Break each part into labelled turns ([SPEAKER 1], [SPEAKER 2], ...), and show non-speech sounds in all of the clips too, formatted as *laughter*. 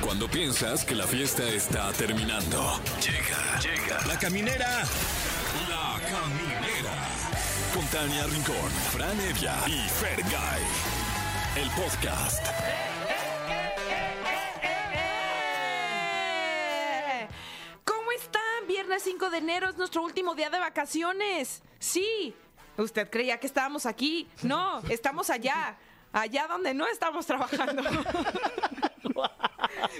[SPEAKER 1] Cuando piensas que la fiesta está terminando. Llega, llega. La caminera. La caminera. Con Tania Rincón, Fran Evia y Fer El podcast.
[SPEAKER 2] ¡Eh! ¿Cómo están? Viernes 5 de enero es nuestro último día de vacaciones. Sí, usted creía que estábamos aquí. No, estamos allá. Allá donde no estamos
[SPEAKER 3] *laughs*
[SPEAKER 2] trabajando.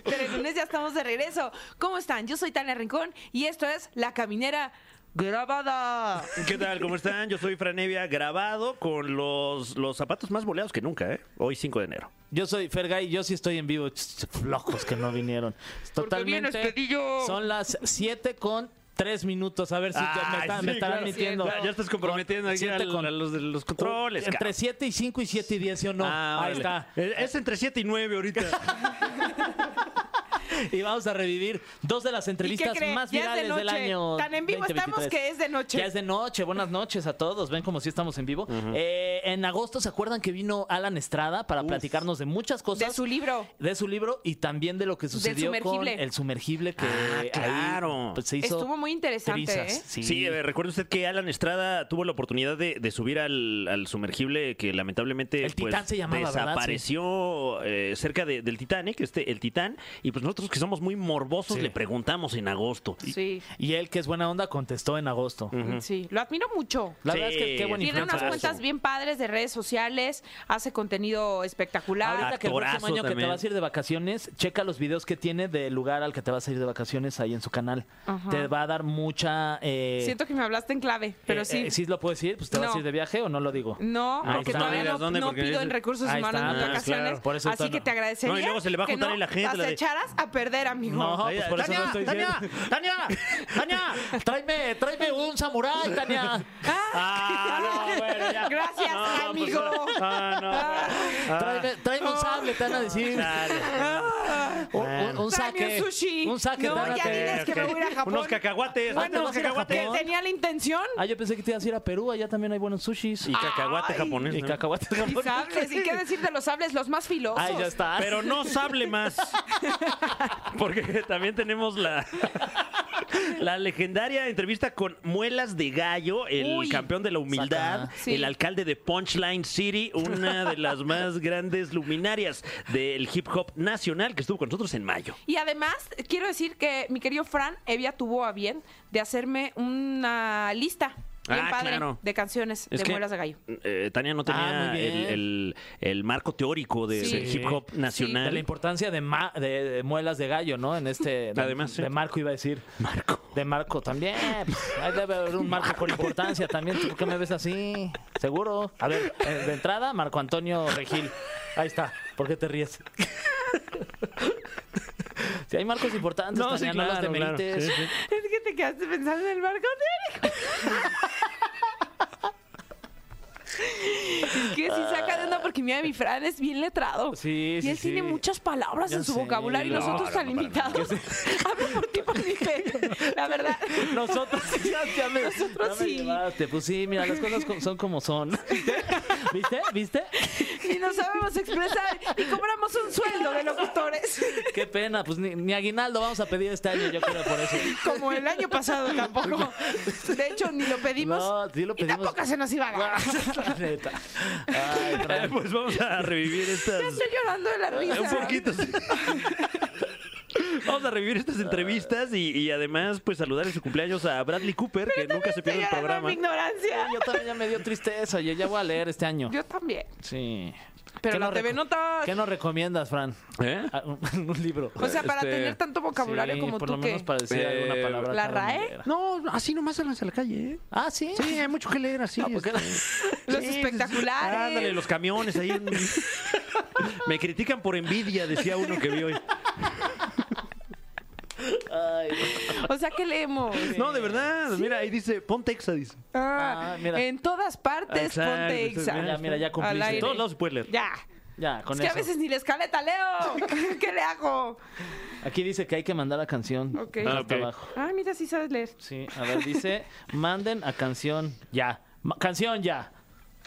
[SPEAKER 2] Pero el lunes ya estamos de regreso. ¿Cómo están? Yo soy Tania Rincón y esto es La Caminera Grabada.
[SPEAKER 4] ¿Qué tal? ¿Cómo están? Yo soy Franevia, grabado con los, los zapatos más boleados que nunca, ¿eh? Hoy 5 de enero.
[SPEAKER 3] Yo soy Fergay, yo sí estoy en vivo. Ch, ch, Flojos que
[SPEAKER 2] *laughs*
[SPEAKER 3] no vinieron. Totalmente. Son las 7 con 3 minutos. A ver si te-
[SPEAKER 4] Ay,
[SPEAKER 3] me, está-
[SPEAKER 4] sí,
[SPEAKER 3] me estarán
[SPEAKER 4] claro.
[SPEAKER 3] mintiendo.
[SPEAKER 4] Ya, ya estás comprometiendo aquí
[SPEAKER 3] Siete
[SPEAKER 4] al-
[SPEAKER 3] con-
[SPEAKER 4] a los de los controles.
[SPEAKER 3] Entre
[SPEAKER 4] cabrón.
[SPEAKER 3] 7 y 5 y 7 y 10, ¿sí o no?
[SPEAKER 4] Ah,
[SPEAKER 3] Ahí
[SPEAKER 4] órale.
[SPEAKER 3] está.
[SPEAKER 4] Eh, Es entre 7 y 9 ahorita.
[SPEAKER 3] Y vamos a revivir dos de las entrevistas
[SPEAKER 2] cree?
[SPEAKER 3] más
[SPEAKER 2] Ya es de
[SPEAKER 3] virales del
[SPEAKER 2] noche.
[SPEAKER 3] año.
[SPEAKER 2] Tan en vivo estamos
[SPEAKER 3] 2023.
[SPEAKER 2] que es de noche.
[SPEAKER 3] Ya es de noche. Buenas noches a todos. Ven como si estamos en vivo. Eh, en agosto, ¿se acuerdan que vino Alan Estrada para platicarnos de muchas cosas?
[SPEAKER 2] De su libro.
[SPEAKER 3] de su libro y también de lo que sucedió con
[SPEAKER 2] sumergible.
[SPEAKER 3] el sumergible que
[SPEAKER 4] Ah,
[SPEAKER 3] ahí,
[SPEAKER 4] claro.
[SPEAKER 3] pues, se hizo
[SPEAKER 2] Estuvo muy interesante,
[SPEAKER 3] trizas.
[SPEAKER 2] ¿eh?
[SPEAKER 3] *laughs* Sí.
[SPEAKER 4] Sí, eh, recuerde usted que Alan Estrada tuvo la oportunidad de, de subir al, al sumergible que lamentablemente pues,
[SPEAKER 3] El Titán se llamaba, ¿verdad?
[SPEAKER 4] desapareció eh, cerca de- del Titanic, este el Titán, y pues nosotros que somos muy morbosos
[SPEAKER 3] Sí.
[SPEAKER 4] le preguntamos en agosto.
[SPEAKER 2] Sí,
[SPEAKER 3] y él que es buena onda contestó en agosto.
[SPEAKER 2] sí. Lo admiro mucho.
[SPEAKER 3] La
[SPEAKER 4] Sí.
[SPEAKER 3] verdad es que qué buen
[SPEAKER 2] Tiene unas
[SPEAKER 3] influencer.
[SPEAKER 2] cuentas bien padres de redes sociales, hace contenido espectacular.
[SPEAKER 3] Ahorita que el próximo
[SPEAKER 4] Actorazo
[SPEAKER 3] año que
[SPEAKER 4] también.
[SPEAKER 3] te vas a ir de vacaciones, checa los videos que tiene del lugar al que te vas a ir de vacaciones ahí en su canal.
[SPEAKER 2] Ajá.
[SPEAKER 3] Te va a dar mucha. eh,
[SPEAKER 2] Siento que me hablaste en clave, pero
[SPEAKER 3] eh,
[SPEAKER 2] sí.
[SPEAKER 3] eh, ¿Sí lo puedo decir? Pues te vas
[SPEAKER 2] No.
[SPEAKER 3] a ir de viaje o no lo digo.
[SPEAKER 4] Ah,
[SPEAKER 2] No,
[SPEAKER 3] Ahí
[SPEAKER 2] porque
[SPEAKER 3] está.
[SPEAKER 2] todavía
[SPEAKER 4] No digas
[SPEAKER 2] no,
[SPEAKER 4] dónde,
[SPEAKER 2] no
[SPEAKER 4] porque
[SPEAKER 2] pido
[SPEAKER 4] dices-
[SPEAKER 2] en recursos
[SPEAKER 3] Ahí
[SPEAKER 2] humanos
[SPEAKER 3] está.
[SPEAKER 2] mis
[SPEAKER 3] Ah,
[SPEAKER 2] vacaciones.
[SPEAKER 4] claro. Por
[SPEAKER 3] eso
[SPEAKER 2] así
[SPEAKER 3] está-
[SPEAKER 2] que te agradecería
[SPEAKER 4] No, y luego se le va a
[SPEAKER 2] que
[SPEAKER 4] juntar
[SPEAKER 2] no
[SPEAKER 4] ahí la gente, la
[SPEAKER 2] las
[SPEAKER 4] de-
[SPEAKER 2] echaras a perder, amigo.
[SPEAKER 3] No, pues por eso
[SPEAKER 4] Tania,
[SPEAKER 3] no estoy diciendo.
[SPEAKER 4] Tania,
[SPEAKER 3] ¡Tania! ¡Tania! ¡Tráeme, tráeme un samurái, Tania!
[SPEAKER 4] Ah,
[SPEAKER 2] *laughs*
[SPEAKER 4] no, bueno, ya.
[SPEAKER 2] Gracias,
[SPEAKER 4] No, pues,
[SPEAKER 2] amigo.
[SPEAKER 4] Ah,
[SPEAKER 2] *laughs*
[SPEAKER 4] no. Ah.
[SPEAKER 3] Tráeme, tráeme un sable, te van a decir.
[SPEAKER 4] Dale.
[SPEAKER 2] Ah,
[SPEAKER 3] Un, un-
[SPEAKER 2] Tráeme
[SPEAKER 3] un saque.
[SPEAKER 2] un sushi.
[SPEAKER 3] Un saque,
[SPEAKER 2] No,
[SPEAKER 3] te van a
[SPEAKER 2] ya
[SPEAKER 3] pedir.
[SPEAKER 2] diles que me voy a ir a Japón.
[SPEAKER 4] Unos cacahuates.
[SPEAKER 3] Bueno,
[SPEAKER 4] unos
[SPEAKER 3] vas a ir a
[SPEAKER 4] cacahuates.
[SPEAKER 2] que
[SPEAKER 3] Japón.
[SPEAKER 2] tenía la intención.
[SPEAKER 3] Ah, yo pensé que te ibas a ir a Perú, allá también hay buenos sushis.
[SPEAKER 4] Y cacahuate
[SPEAKER 2] Ay.
[SPEAKER 4] japonés.
[SPEAKER 3] Y
[SPEAKER 4] ¿no?
[SPEAKER 3] cacahuates
[SPEAKER 2] Y
[SPEAKER 3] japoneses.
[SPEAKER 4] pues
[SPEAKER 2] sables, y qué decir de los sables, los más filosos.
[SPEAKER 3] Ay, ya está.
[SPEAKER 4] Pero no sable más. *laughs* Porque también tenemos la. *laughs* La legendaria entrevista con Muelas de Gallo, el
[SPEAKER 2] Uy.
[SPEAKER 4] campeón de la humildad,
[SPEAKER 3] Saca.
[SPEAKER 2] Sí.
[SPEAKER 4] el alcalde de Punchline City, una
[SPEAKER 2] *laughs*
[SPEAKER 4] de las más grandes luminarias del hip hop nacional que estuvo con nosotros en mayo.
[SPEAKER 2] Y además, quiero decir que mi querido Fran Evia tuvo a bien de hacerme una lista bien
[SPEAKER 4] Ah,
[SPEAKER 2] padre
[SPEAKER 4] claro.
[SPEAKER 2] de canciones
[SPEAKER 4] Es
[SPEAKER 2] de
[SPEAKER 4] que,
[SPEAKER 2] muelas de gallo.
[SPEAKER 4] eh, Tania no tenía
[SPEAKER 3] Ah, muy bien.
[SPEAKER 4] el, el- el marco teórico de-
[SPEAKER 2] Sí.
[SPEAKER 4] del hip hop
[SPEAKER 3] Sí.
[SPEAKER 4] nacional.
[SPEAKER 3] De la importancia de, ma- de- de muelas de gallo, ¿no? En este. de-
[SPEAKER 4] Además, sí.
[SPEAKER 3] De Marco iba a decir.
[SPEAKER 4] Marco.
[SPEAKER 3] De Marco también. Pues, ahí debe haber un Marco con importancia también. ¿Tú por qué me ves así? Seguro. A ver, eh, de entrada, Marco Antonio Regil. Ahí está. ¿Por qué te *laughs* ríes? Si hay marcos importantes,
[SPEAKER 4] No,
[SPEAKER 3] no,
[SPEAKER 4] sí,
[SPEAKER 3] no los
[SPEAKER 4] claro, claro.
[SPEAKER 3] demerites.
[SPEAKER 4] Sí, sí.
[SPEAKER 2] Es que te quedaste pensando en el barco Es que sí saca de onda porque mira, mi Fran es bien letrado.
[SPEAKER 3] Sí,
[SPEAKER 2] y
[SPEAKER 3] sí,
[SPEAKER 2] él tiene
[SPEAKER 3] sí.
[SPEAKER 2] muchas palabras
[SPEAKER 3] Ya
[SPEAKER 2] en su
[SPEAKER 3] sé,
[SPEAKER 2] vocabulario y
[SPEAKER 3] no,
[SPEAKER 2] nosotros
[SPEAKER 4] no,
[SPEAKER 2] tan
[SPEAKER 4] no, para
[SPEAKER 2] limitados. *laughs* Hablo por ti, por mi fe. La verdad.
[SPEAKER 3] Nosotros *laughs* ya, ya me,
[SPEAKER 2] Nosotros
[SPEAKER 3] ya me
[SPEAKER 2] sí.
[SPEAKER 3] llevaste. Pues sí, mira, las cosas co- son como son. *laughs* ¿Viste? ¿Viste?
[SPEAKER 2] Y no sabemos expresar y cobramos un sueldo de locutores. *laughs*
[SPEAKER 3] Qué pena. Pues ni, ni aguinaldo vamos a pedir este año, yo creo, por eso.
[SPEAKER 2] Como el año pasado tampoco. De hecho, ni lo pedimos.
[SPEAKER 3] No, sí lo
[SPEAKER 2] Y
[SPEAKER 3] pedimos.
[SPEAKER 2] tampoco se nos iba a
[SPEAKER 4] *laughs*
[SPEAKER 2] dar.
[SPEAKER 3] La *laughs* neta. Ay,
[SPEAKER 4] Eh,
[SPEAKER 3] Fran.
[SPEAKER 4] Pues vamos a revivir estas. *laughs*
[SPEAKER 2] Estoy llorando de la risa.
[SPEAKER 4] Un poquito, sí. Vamos a revivir estas entrevistas y, y además, pues saludar en su cumpleaños a Bradley Cooper, que nunca se
[SPEAKER 2] Estoy
[SPEAKER 4] pierde el
[SPEAKER 2] llorando de
[SPEAKER 4] programa.
[SPEAKER 2] mi ignorancia.
[SPEAKER 3] Yo también ya me dio tristeza. Yo ya voy a leer este año.
[SPEAKER 2] Yo también.
[SPEAKER 3] Sí.
[SPEAKER 2] Pero
[SPEAKER 3] ¿Qué
[SPEAKER 2] la
[SPEAKER 3] nos
[SPEAKER 2] TV
[SPEAKER 3] reco-
[SPEAKER 2] Notas.
[SPEAKER 3] ¿Qué nos recomiendas, Fran?
[SPEAKER 4] ¿Eh?
[SPEAKER 3] Ah, Un, un *laughs* libro.
[SPEAKER 2] O sea, para
[SPEAKER 4] Este,
[SPEAKER 2] tener tanto vocabulario
[SPEAKER 3] Sí,
[SPEAKER 2] como
[SPEAKER 3] por
[SPEAKER 2] tú
[SPEAKER 3] lo
[SPEAKER 2] que.
[SPEAKER 3] menos para decir
[SPEAKER 4] Eh,
[SPEAKER 3] alguna palabra.
[SPEAKER 2] ¿La
[SPEAKER 3] cada
[SPEAKER 2] RAE?
[SPEAKER 3] manera.
[SPEAKER 4] No, así nomás sales a la calle. ¿eh?
[SPEAKER 3] Ah, sí.
[SPEAKER 4] Sí, hay mucho que leer así.
[SPEAKER 3] Ah, ¿por qué no?
[SPEAKER 2] Los
[SPEAKER 4] Sí, sí, sí.
[SPEAKER 2] espectaculares.
[SPEAKER 4] Ándale, los camiones ahí. en- *laughs* Me critican por envidia, decía uno que vi hoy.
[SPEAKER 3] Ay,
[SPEAKER 2] O sea, ¿qué leemos?
[SPEAKER 4] No, de verdad. Mira, ahí dice, pon Texa, dice.
[SPEAKER 2] Ah,
[SPEAKER 3] Ah, mira.
[SPEAKER 2] En todas partes
[SPEAKER 4] Exacto,
[SPEAKER 2] ponte exa.
[SPEAKER 3] mira, mira, ya cumpliste.
[SPEAKER 2] Al aire.
[SPEAKER 4] En todos lados se puede leer.
[SPEAKER 2] Ya.
[SPEAKER 3] ya, con
[SPEAKER 2] es que
[SPEAKER 3] eso.
[SPEAKER 2] a veces ni la escaleta leo. *laughs* ¿Qué le hago?
[SPEAKER 3] Aquí dice que hay que mandar la canción.
[SPEAKER 2] Ok.
[SPEAKER 3] Hasta
[SPEAKER 4] Ah, ok.
[SPEAKER 3] abajo.
[SPEAKER 2] Ah, mira, sí sabes leer.
[SPEAKER 3] Sí, a ver, dice, manden a canción ya. Ma- canción ya.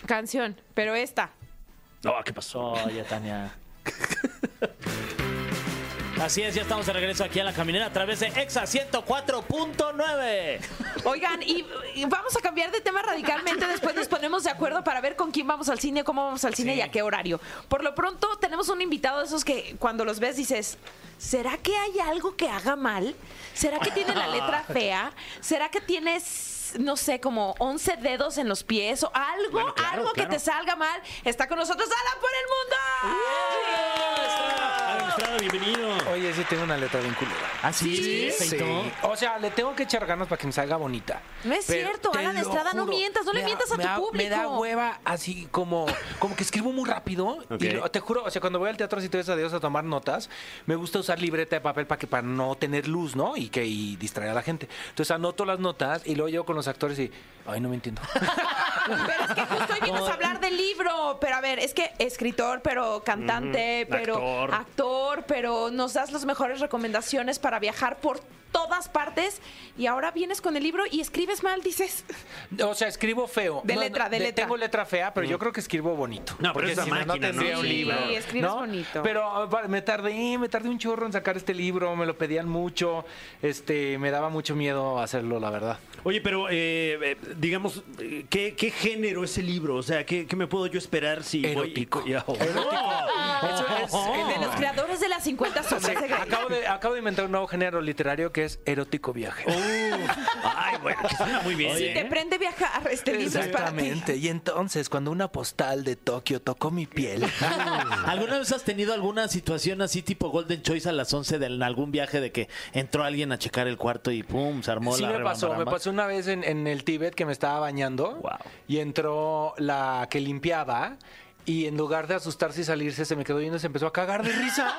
[SPEAKER 2] Canción, pero esta.
[SPEAKER 4] ah, No, ¿qué pasó?
[SPEAKER 3] Oye, Tania. Así es, ya estamos de regreso aquí a la caminera a través de Exa 104.9.
[SPEAKER 2] Oigan, y, y vamos a cambiar de tema radicalmente. Después nos ponemos de acuerdo para ver con quién vamos al cine, cómo vamos al cine y a qué horario. Por lo pronto, tenemos un invitado de esos que cuando los ves dices. ¿Será que hay algo que haga mal? ¿Será que tiene la
[SPEAKER 4] *laughs*
[SPEAKER 2] letra fea? ¿Será que tienes, no sé, como 11 dedos en los pies o algo,
[SPEAKER 4] Bueno, claro,
[SPEAKER 2] algo que
[SPEAKER 4] claro.
[SPEAKER 2] te salga mal? Está con nosotros Alan por el mundo.
[SPEAKER 4] ¡Uh! Alan Estrada, bienvenido.
[SPEAKER 5] Oye, sí tengo una letra bien culera.
[SPEAKER 2] ¿Sí?
[SPEAKER 3] Así
[SPEAKER 5] Sí. Ah, O sea, le tengo que echar ganas para que me salga bonita.
[SPEAKER 2] No es cierto,
[SPEAKER 5] te
[SPEAKER 2] Alan
[SPEAKER 5] lo
[SPEAKER 2] Estrada, no mientas, no le
[SPEAKER 5] me da-
[SPEAKER 2] mientas a
[SPEAKER 5] me
[SPEAKER 2] tu
[SPEAKER 5] da-
[SPEAKER 2] público.
[SPEAKER 5] Me da hueva así como, como que escribo muy rápido.
[SPEAKER 4] Ok.
[SPEAKER 5] Y lo- te juro, o sea, cuando voy al teatro, si te ves a Dios a tomar notas, me gusta usar libreta de papel para que para no tener luz, ¿no? Y que y distraer a la gente. Entonces anoto las notas y luego llego con los actores y, ay, no me entiendo.
[SPEAKER 2] Pero es que justo hoy vienes a hablar del libro. Pero a ver, es que escritor, pero cantante,
[SPEAKER 4] Ujú,
[SPEAKER 2] pero
[SPEAKER 4] actor.
[SPEAKER 2] actor. pero nos das las mejores recomendaciones para viajar por todas partes. Y ahora vienes con el libro y escribes mal, dices.
[SPEAKER 5] O sea, escribo feo.
[SPEAKER 2] De letra, de letra.
[SPEAKER 5] Tengo letra fea, pero yo creo que escribo bonito.
[SPEAKER 4] No, pero
[SPEAKER 5] Porque
[SPEAKER 4] es la
[SPEAKER 5] si no, no
[SPEAKER 4] máquina, ¿no?
[SPEAKER 5] tendría un
[SPEAKER 4] Sí,
[SPEAKER 5] libro.
[SPEAKER 2] escribes
[SPEAKER 5] ¿no?
[SPEAKER 2] bonito.
[SPEAKER 5] Pero ah, vale, me tardé, me tardé un chorro en sacar este libro, me lo pedían mucho, este, me daba mucho miedo hacerlo, la verdad.
[SPEAKER 4] Oye, pero eh, eh, digamos, eh, ¿qué, qué género es el libro? O sea, ¿qué, qué me puedo yo esperar si
[SPEAKER 5] Erótico.
[SPEAKER 4] voy... y- y- oh.
[SPEAKER 5] Eso es el
[SPEAKER 2] Ah, De los creadores de las 50
[SPEAKER 5] Sí,
[SPEAKER 2] sombras de Grey.
[SPEAKER 5] Ah. acabo, de, acabo de inventar un nuevo género literario que es erótico viaje.
[SPEAKER 2] Oh,
[SPEAKER 4] Ay, bueno, que suena muy bien.
[SPEAKER 2] Si
[SPEAKER 4] ¿eh?
[SPEAKER 2] te prende viajar, este libro es para ti.
[SPEAKER 5] Exactamente. Y entonces, cuando una postal de Tokio tocó mi
[SPEAKER 4] *laughs*
[SPEAKER 5] piel,
[SPEAKER 3] ¿Alguna vez has tenido alguna situación así tipo Golden Choice a las 11 de en algún viaje de que entró alguien a checar el cuarto y pum, se armó
[SPEAKER 5] Sí
[SPEAKER 3] la
[SPEAKER 5] me pasó, me
[SPEAKER 3] rebambaramba?
[SPEAKER 5] pasó una vez en, en el Tíbet que me estaba bañando
[SPEAKER 3] Wow.
[SPEAKER 5] y entró la que limpiaba y en lugar de asustarse y salirse se me quedó viendo y se empezó a cagar de risa.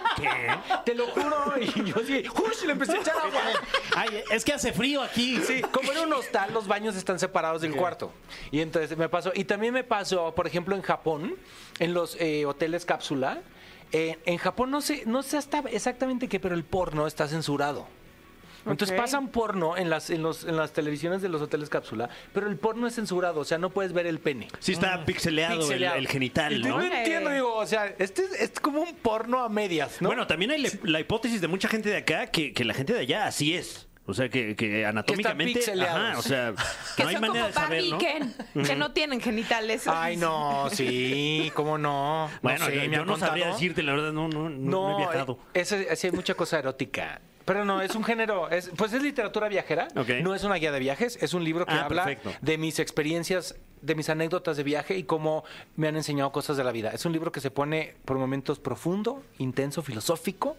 [SPEAKER 5] Te lo juro. Y yo sí, ¡ush! le empecé a echar agua.
[SPEAKER 3] Ay, es que hace frío aquí.
[SPEAKER 5] Sí, como en un hostal, los baños están separados del cuarto. Y entonces me pasó. Y también me pasó, por ejemplo, en Japón, en los eh, hoteles cápsula. eh, en Japón no sé, no sé hasta exactamente qué, pero el porno está censurado. Entonces
[SPEAKER 2] Ok.
[SPEAKER 5] pasan porno en las, en, los, en las televisiones de los hoteles cápsula, pero el porno es censurado, o sea, no puedes ver el pene.
[SPEAKER 4] Sí está pixeleado, el-
[SPEAKER 5] Pixeleado.
[SPEAKER 4] El, genital,
[SPEAKER 5] Y
[SPEAKER 4] ¿no?
[SPEAKER 5] Yo no entiendo, digo, o sea, este es, es como un porno a medias, ¿no?
[SPEAKER 4] Bueno, también hay le- la hipótesis de mucha gente de acá que, que la gente de allá así es. O sea, que, que anatómicamente...
[SPEAKER 5] pixeleados.
[SPEAKER 4] ajá, o sea,
[SPEAKER 2] Que
[SPEAKER 4] no hay
[SPEAKER 2] son como
[SPEAKER 4] manera de saber,
[SPEAKER 2] Barbie
[SPEAKER 4] ¿no?
[SPEAKER 2] y Ken, que no tienen genitales.
[SPEAKER 5] Ay, no, sí, cómo no. No
[SPEAKER 4] Bueno,
[SPEAKER 5] sé,
[SPEAKER 4] yo,
[SPEAKER 5] me
[SPEAKER 4] yo
[SPEAKER 5] han
[SPEAKER 4] no sabría
[SPEAKER 5] contado.
[SPEAKER 4] decirte, la verdad, no, no, no, no he viajado.
[SPEAKER 5] eh, ese- así hay mucha cosa erótica. Pero no, es un género, es, pues es literatura viajera,
[SPEAKER 4] Ok.
[SPEAKER 5] no es una guía de viajes, es un libro que
[SPEAKER 4] Ah,
[SPEAKER 5] habla
[SPEAKER 4] perfecto.
[SPEAKER 5] de mis experiencias, de mis anécdotas de viaje y cómo me han enseñado cosas de la vida. Es un libro que se pone por momentos profundo, intenso, filosófico,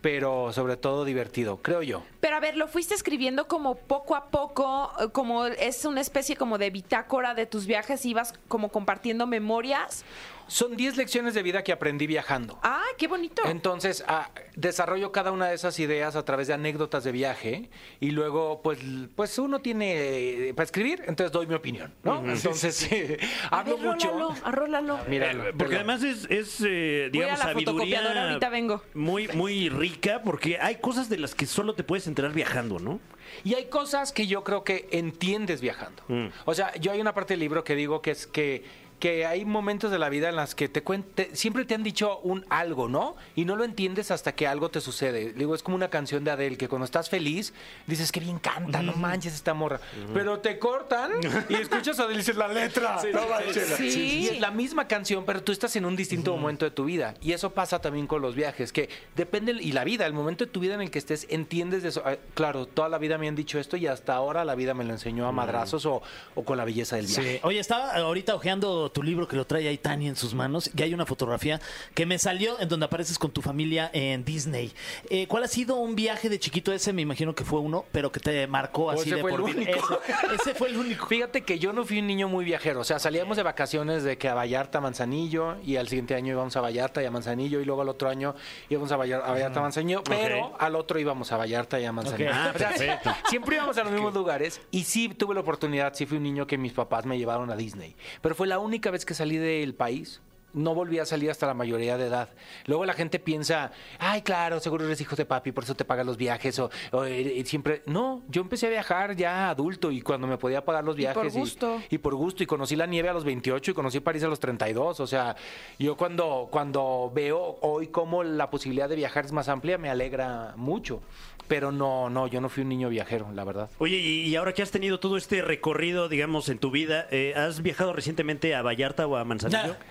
[SPEAKER 5] pero sobre todo divertido, creo yo.
[SPEAKER 2] Pero a ver, lo fuiste escribiendo como poco a poco, eh, como es una especie como de bitácora de tus viajes, ibas como compartiendo memorias.
[SPEAKER 5] Son 10 lecciones de vida que aprendí viajando.
[SPEAKER 2] ¡Ah, qué bonito!
[SPEAKER 5] Entonces, ah, desarrollo cada una de esas ideas a través de anécdotas de viaje y luego, pues, l- pues uno tiene eh, para escribir, entonces doy mi opinión, ¿no? Entonces, eh,
[SPEAKER 2] A
[SPEAKER 5] *laughs* hablo
[SPEAKER 2] ver,
[SPEAKER 5] mucho. Ah,
[SPEAKER 2] rólalo, arrólalo.
[SPEAKER 5] Mira,
[SPEAKER 4] Eh, porque además es, es, eh,
[SPEAKER 2] Voy a
[SPEAKER 4] digamos,
[SPEAKER 2] la
[SPEAKER 4] sabiduría
[SPEAKER 2] fotocopiadora, ahorita vengo.
[SPEAKER 4] Muy, muy rica, porque hay cosas de las que solo te puedes enterar viajando, ¿no?
[SPEAKER 5] Y hay cosas que yo creo que entiendes viajando.
[SPEAKER 2] Mm.
[SPEAKER 5] O sea, yo hay una parte del libro que digo que es que, que hay momentos de la vida en las que te cuente, siempre te han dicho un algo, ¿no? Y no lo entiendes hasta que algo te sucede. Digo, es como una canción de Adele que cuando estás feliz dices que bien canta, no manches esta morra. Pero te cortan y escuchas a Adele y dices la letra. no manches.
[SPEAKER 2] sí, sí.
[SPEAKER 5] Y es la misma canción, pero tú estás en un distinto momento de tu vida. Y eso pasa también con los viajes, que depende, y la vida, el momento de tu vida en el que estés, entiendes de eso. Ah, Claro, toda la vida me han dicho esto y hasta ahora la vida me lo enseñó a madrazos o, o con la belleza del viaje.
[SPEAKER 3] Sí. Este, Oye, estaba ahorita hojeando tu libro que lo trae ahí Tani en sus manos y hay una fotografía que me salió en donde apareces con tu familia en Disney. Eh, ¿Cuál ha sido un viaje de chiquito ese? Me imagino que fue uno, pero que te marcó así
[SPEAKER 5] ese
[SPEAKER 3] de
[SPEAKER 5] fue
[SPEAKER 3] por
[SPEAKER 5] el
[SPEAKER 3] vida.
[SPEAKER 5] único.
[SPEAKER 3] Ese, ese fue el
[SPEAKER 5] *laughs*
[SPEAKER 3] único.
[SPEAKER 5] Fíjate que yo no fui un niño muy viajero, o sea, salíamos de vacaciones de que a Vallarta, Manzanillo, y al siguiente año íbamos a Vallarta y a Manzanillo, y luego al otro año íbamos a, Vallar- a Vallarta, Manzanillo, pero
[SPEAKER 4] Ok.
[SPEAKER 5] al otro íbamos a Vallarta y a Manzanillo.
[SPEAKER 3] Ok. Ah,
[SPEAKER 5] O sea, siempre íbamos a los mismos lugares, y sí tuve la oportunidad, sí fui un niño que mis papás me llevaron a Disney, pero fue la única vez que salí del país. no volví a salir hasta la mayoría de edad. Luego la gente piensa, ay, claro, seguro eres hijo de papi, por eso te pagan los viajes. O, o, eh, eh, siempre. No, yo empecé a viajar ya adulto y cuando me podía pagar los
[SPEAKER 2] Y por
[SPEAKER 5] viajes.
[SPEAKER 2] gusto.
[SPEAKER 5] Y por gusto. Y conocí la nieve a los 28 y conocí París a los 32. O sea, yo cuando, cuando veo hoy cómo la posibilidad de viajar es más amplia, me alegra mucho. Pero no, no, yo no fui un niño viajero, la verdad.
[SPEAKER 4] Oye, y y ahora que has tenido todo este recorrido, digamos, en tu vida, eh, ¿has viajado recientemente a Vallarta o a Manzanillo?
[SPEAKER 5] *laughs*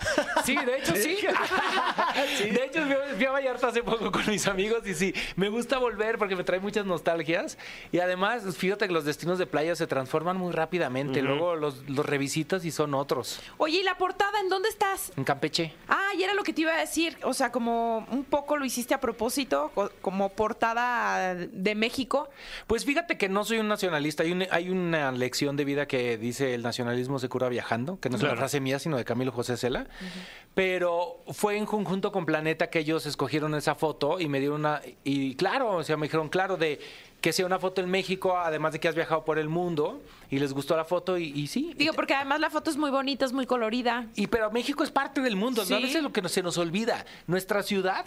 [SPEAKER 5] Sí, de hecho *laughs* sí. De hecho fui- fui a Vallarta hace poco con mis amigos y sí, me gusta volver porque me trae muchas nostalgias. Y además, fíjate que los destinos de playa se transforman muy rápidamente. Luego los, los revisitas y son otros.
[SPEAKER 2] Oye, ¿y la portada en dónde estás?
[SPEAKER 5] En Campeche.
[SPEAKER 2] Ah, y era lo que te iba a decir, o sea, como un poco lo hiciste a propósito, co- como portada de México.
[SPEAKER 5] Pues fíjate que no soy un nacionalista. Hay, un- hay una lección de vida que dice el nacionalismo se cura viajando, que no es
[SPEAKER 4] Claro.
[SPEAKER 5] una frase mía, sino de Camilo José Cela. Pero fue en conjunto con Planeta que ellos escogieron esa foto y me dieron una. Y claro, o sea, me dijeron, claro, de que sea una foto en México, además de que has viajado por el mundo, y les gustó la foto, y, y sí.
[SPEAKER 2] Digo, porque además la foto es muy bonita, es muy colorida.
[SPEAKER 5] Y pero México es parte del mundo, ¿no? A
[SPEAKER 2] Sí.
[SPEAKER 5] veces lo que nos- se nos olvida. Nuestra ciudad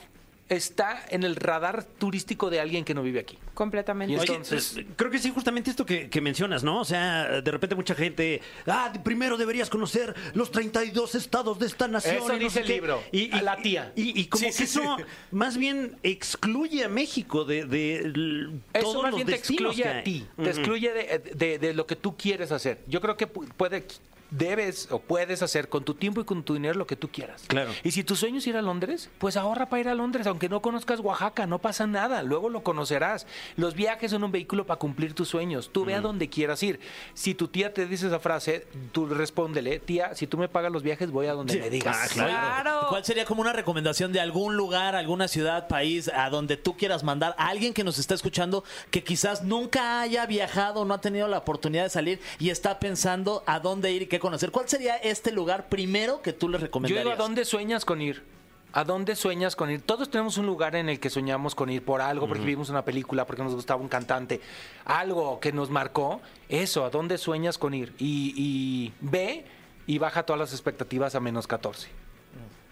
[SPEAKER 5] está en el radar turístico de alguien que no vive aquí.
[SPEAKER 2] Completamente.
[SPEAKER 5] Y
[SPEAKER 4] Oye,
[SPEAKER 5] entonces-
[SPEAKER 4] eh, creo que sí, justamente esto que, que mencionas, ¿no? O sea, de repente mucha gente, ah, primero deberías conocer los 32 estados de esta nación.
[SPEAKER 5] Eso
[SPEAKER 4] y no
[SPEAKER 5] dice
[SPEAKER 4] sé
[SPEAKER 5] el
[SPEAKER 4] qué.
[SPEAKER 5] libro, a la tía.
[SPEAKER 4] Y, y como
[SPEAKER 5] Sí,
[SPEAKER 4] que
[SPEAKER 5] sí, sí.
[SPEAKER 4] eso más bien excluye a México de, de l-
[SPEAKER 5] Eso
[SPEAKER 4] todos
[SPEAKER 5] más
[SPEAKER 4] los
[SPEAKER 5] bien te
[SPEAKER 4] destinos
[SPEAKER 5] excluye
[SPEAKER 4] que
[SPEAKER 5] a
[SPEAKER 4] hay.
[SPEAKER 5] ti,
[SPEAKER 4] Ujú.
[SPEAKER 5] te excluye de, de- de lo que tú quieres hacer. Yo creo que pu- puede, debes o puedes hacer con tu tiempo y con tu dinero lo que tú quieras.
[SPEAKER 4] Claro.
[SPEAKER 5] Y si tu sueño es ir a Londres, pues ahorra para ir a Londres, aunque no conozcas Oaxaca, no pasa nada, luego lo conocerás. Los viajes son un vehículo para cumplir tus sueños, tú ve
[SPEAKER 4] Mm.
[SPEAKER 5] a donde quieras ir. Si tu tía te dice esa frase, tú respóndele, tía, si tú me pagas los viajes, voy a donde
[SPEAKER 4] Sí.
[SPEAKER 5] me digas.
[SPEAKER 4] Ah, claro.
[SPEAKER 2] Claro.
[SPEAKER 3] ¿Cuál sería como una recomendación de algún lugar, alguna ciudad, país, a donde tú quieras mandar a alguien que nos está escuchando que quizás nunca haya viajado, no ha tenido la oportunidad de salir y está pensando a dónde ir y qué conocer? ¿Cuál sería este lugar primero que tú les
[SPEAKER 5] Yo digo, ¿a
[SPEAKER 3] recomendarías?
[SPEAKER 5] dónde sueñas con ir? ¿A dónde sueñas con ir? Todos tenemos un lugar en el que soñamos con ir por algo, porque vimos una película, porque nos gustaba un cantante, algo que nos marcó. Eso, ¿a dónde sueñas con ir? Y, y ve y baja todas las expectativas a menos 14.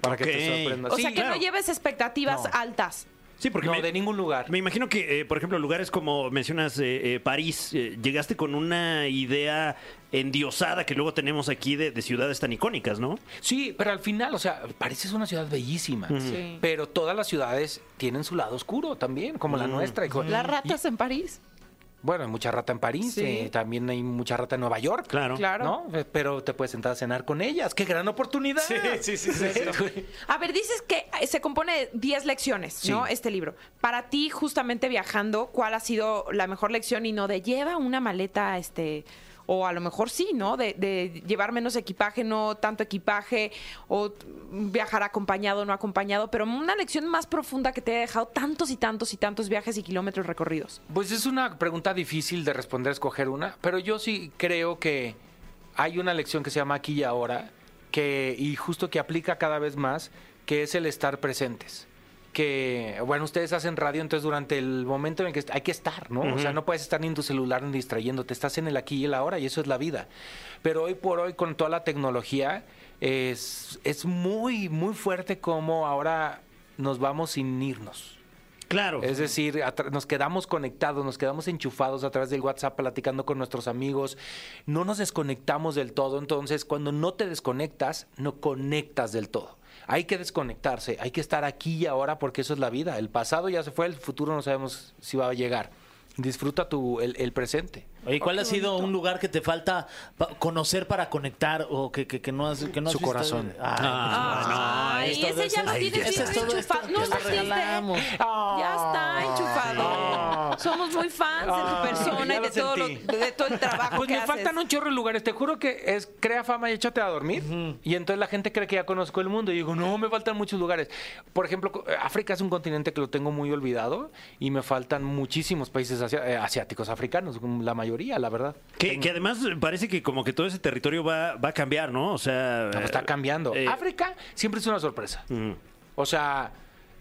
[SPEAKER 5] Para que te
[SPEAKER 4] Ok.
[SPEAKER 5] sorprendas.
[SPEAKER 2] o
[SPEAKER 5] Sí,
[SPEAKER 2] sea, que
[SPEAKER 4] claro.
[SPEAKER 2] no lleves expectativas
[SPEAKER 5] No.
[SPEAKER 2] altas.
[SPEAKER 4] Sí, porque
[SPEAKER 5] no,
[SPEAKER 4] me-
[SPEAKER 5] de ningún lugar.
[SPEAKER 4] Me imagino que, eh, por ejemplo, lugares como mencionas eh, eh, París, eh, llegaste con una idea endiosada que luego tenemos aquí de, de ciudades tan icónicas, ¿no?
[SPEAKER 5] Sí, pero al final, o sea, París es una ciudad bellísima,
[SPEAKER 2] Sí.
[SPEAKER 5] pero todas las ciudades tienen su lado oscuro también, como la nuestra. Pues, y co-
[SPEAKER 2] Las ratas en París.
[SPEAKER 5] Bueno, hay mucha rata en París,
[SPEAKER 2] Sí.
[SPEAKER 5] eh, también hay mucha rata en Nueva York.
[SPEAKER 4] Claro.
[SPEAKER 2] Claro.
[SPEAKER 5] ¿No? Pero te puedes sentar a cenar con ellas. ¡Qué gran oportunidad! Sí, sí, sí. *laughs*
[SPEAKER 2] A ver, dices que eh, se compone de 10 lecciones, ¿no?
[SPEAKER 5] Sí.
[SPEAKER 2] Este libro. Para ti, justamente viajando, ¿cuál ha sido la mejor lección y no de lleva una maleta, este, o a lo mejor sí, ¿no? De, de llevar menos equipaje, no tanto equipaje, o t- viajar acompañado, no acompañado, pero una lección más profunda que te haya dejado tantos y tantos y tantos viajes y kilómetros recorridos.
[SPEAKER 5] Pues es una pregunta difícil de responder, escoger una, pero yo sí creo que hay una lección que se llama aquí y ahora, que, y justo que aplica cada vez más, que es el estar presentes. Que, bueno, ustedes hacen radio, entonces durante el momento en el que est- hay que estar, ¿no? O sea, no puedes estar ni en tu celular ni distrayéndote, estás en el aquí y el ahora y eso es la vida. Pero hoy por hoy, con toda la tecnología, es, es muy, muy fuerte como ahora nos vamos sin irnos.
[SPEAKER 4] Claro.
[SPEAKER 5] Es decir, atra- nos quedamos conectados, nos quedamos enchufados a través del WhatsApp platicando con nuestros amigos, no nos desconectamos del todo, entonces cuando no te desconectas, no conectas del todo. Hay que desconectarse, hay que estar aquí y ahora porque eso es la vida. El pasado ya se fue, el futuro no sabemos si va a llegar. Disfruta tu, el, el presente.
[SPEAKER 3] Oye, ¿cuál ha sido un lugar que te falta pa- conocer para conectar o que, que- que no has que no has
[SPEAKER 5] Su
[SPEAKER 3] visto?
[SPEAKER 5] corazón.
[SPEAKER 3] Ay,
[SPEAKER 2] Ah, Ay,
[SPEAKER 3] esto-
[SPEAKER 2] ese ya lo
[SPEAKER 3] ay,
[SPEAKER 2] tienes
[SPEAKER 3] ese
[SPEAKER 2] bien
[SPEAKER 3] es todo esto
[SPEAKER 2] enchufado.
[SPEAKER 3] que
[SPEAKER 2] No
[SPEAKER 3] te
[SPEAKER 2] seas triste.
[SPEAKER 3] regalamos.
[SPEAKER 2] Ya está enchufado. Somos muy fans
[SPEAKER 5] Ah,
[SPEAKER 2] de tu persona
[SPEAKER 5] ya
[SPEAKER 2] y de
[SPEAKER 5] lo
[SPEAKER 2] todo, lo-
[SPEAKER 5] sentí.
[SPEAKER 2] de, de todo el trabajo
[SPEAKER 5] Pues
[SPEAKER 2] que
[SPEAKER 5] me
[SPEAKER 2] Ah, haces.
[SPEAKER 5] faltan un chorro de lugares. Te juro que es crea fama y échate a dormir. Y entonces la gente cree que ya conozco el mundo. Y digo, no, me faltan muchos lugares. Por ejemplo, co- eh, África es un continente que lo tengo muy olvidado y me faltan muchísimos países asi- eh, asiáticos, africanos, la mayoría, la verdad.
[SPEAKER 4] Que, que además parece que como que todo ese territorio va, va a cambiar, ¿no? O sea...
[SPEAKER 5] No, pues, está cambiando.
[SPEAKER 4] eh,
[SPEAKER 5] África siempre es una sorpresa. O sea,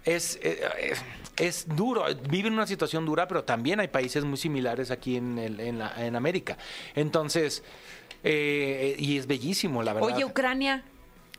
[SPEAKER 5] es, eh, es, es duro, viven una situación dura, pero también hay países muy similares aquí en, el- en, la- en América. Entonces, eh, y es eh, bellísimo, la verdad.
[SPEAKER 2] Oye, Ucrania.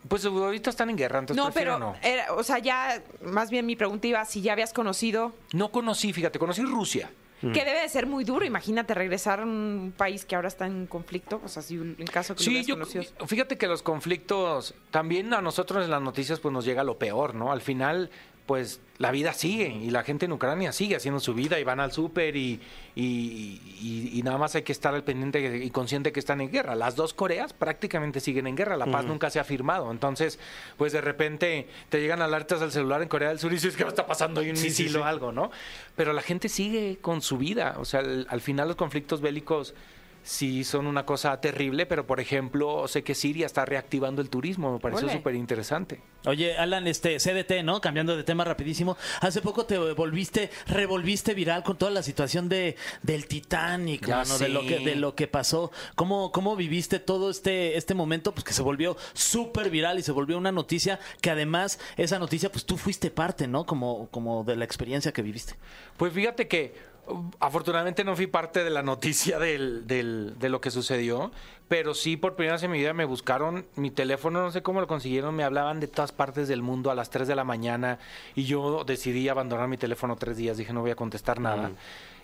[SPEAKER 5] Pues ahorita están en guerra, entonces
[SPEAKER 2] no, pero, eh,
[SPEAKER 5] prefiero no.
[SPEAKER 2] era- o sea, ya, más bien mi pregunta iba si ya habías conocido,
[SPEAKER 5] No conocí, fíjate, conocí Rusia.
[SPEAKER 2] que debe de ser muy duro, imagínate regresar a un país que ahora está en conflicto, o sea, si un- en caso que lo
[SPEAKER 5] Sí,
[SPEAKER 2] hubieras
[SPEAKER 5] yo,
[SPEAKER 2] conocido.
[SPEAKER 5] fíjate que los conflictos, también a nosotros en las noticias pues nos llega lo peor, ¿no? Al final, pues la vida sigue y la gente en Ucrania sigue haciendo su vida y van al súper y, y- y- y nada más hay que estar al pendiente y consciente que están en guerra. Las dos Coreas prácticamente siguen en guerra, la paz nunca se ha firmado. Entonces, pues de repente te llegan alertas al celular en Corea del Sur y dices que está pasando ahí un
[SPEAKER 3] Sí, sí,
[SPEAKER 5] misil
[SPEAKER 3] sí.
[SPEAKER 5] o algo, ¿no? Pero la gente sigue con su vida. O sea, al, al final los conflictos bélicos sí son una cosa terrible, pero por ejemplo, sé que Siria está reactivando el turismo. Me pareció
[SPEAKER 2] Ole.
[SPEAKER 5] súper interesante.
[SPEAKER 3] Oye, Alan, este CDT, ¿no? Cambiando de tema rapidísimo. Hace poco te volviste, revolviste viral con toda la situación de del Titanic,
[SPEAKER 5] Ya
[SPEAKER 3] mano, de
[SPEAKER 5] sé.
[SPEAKER 3] lo que de lo que pasó. ¿Cómo cómo viviste todo este este momento pues que se volvió súper viral y se volvió una noticia que además esa noticia pues tú fuiste parte, ¿no? Como como de la experiencia que viviste.
[SPEAKER 5] Pues fíjate que uh, afortunadamente no fui parte de la noticia *laughs* del- del- de lo que sucedió, pero sí por primera vez en mi vida me buscaron mi teléfono, no sé cómo lo consiguieron, me hablaban de todas partes del mundo a las 3 de la mañana y yo decidí abandonar mi teléfono tres días, dije no voy a contestar nada.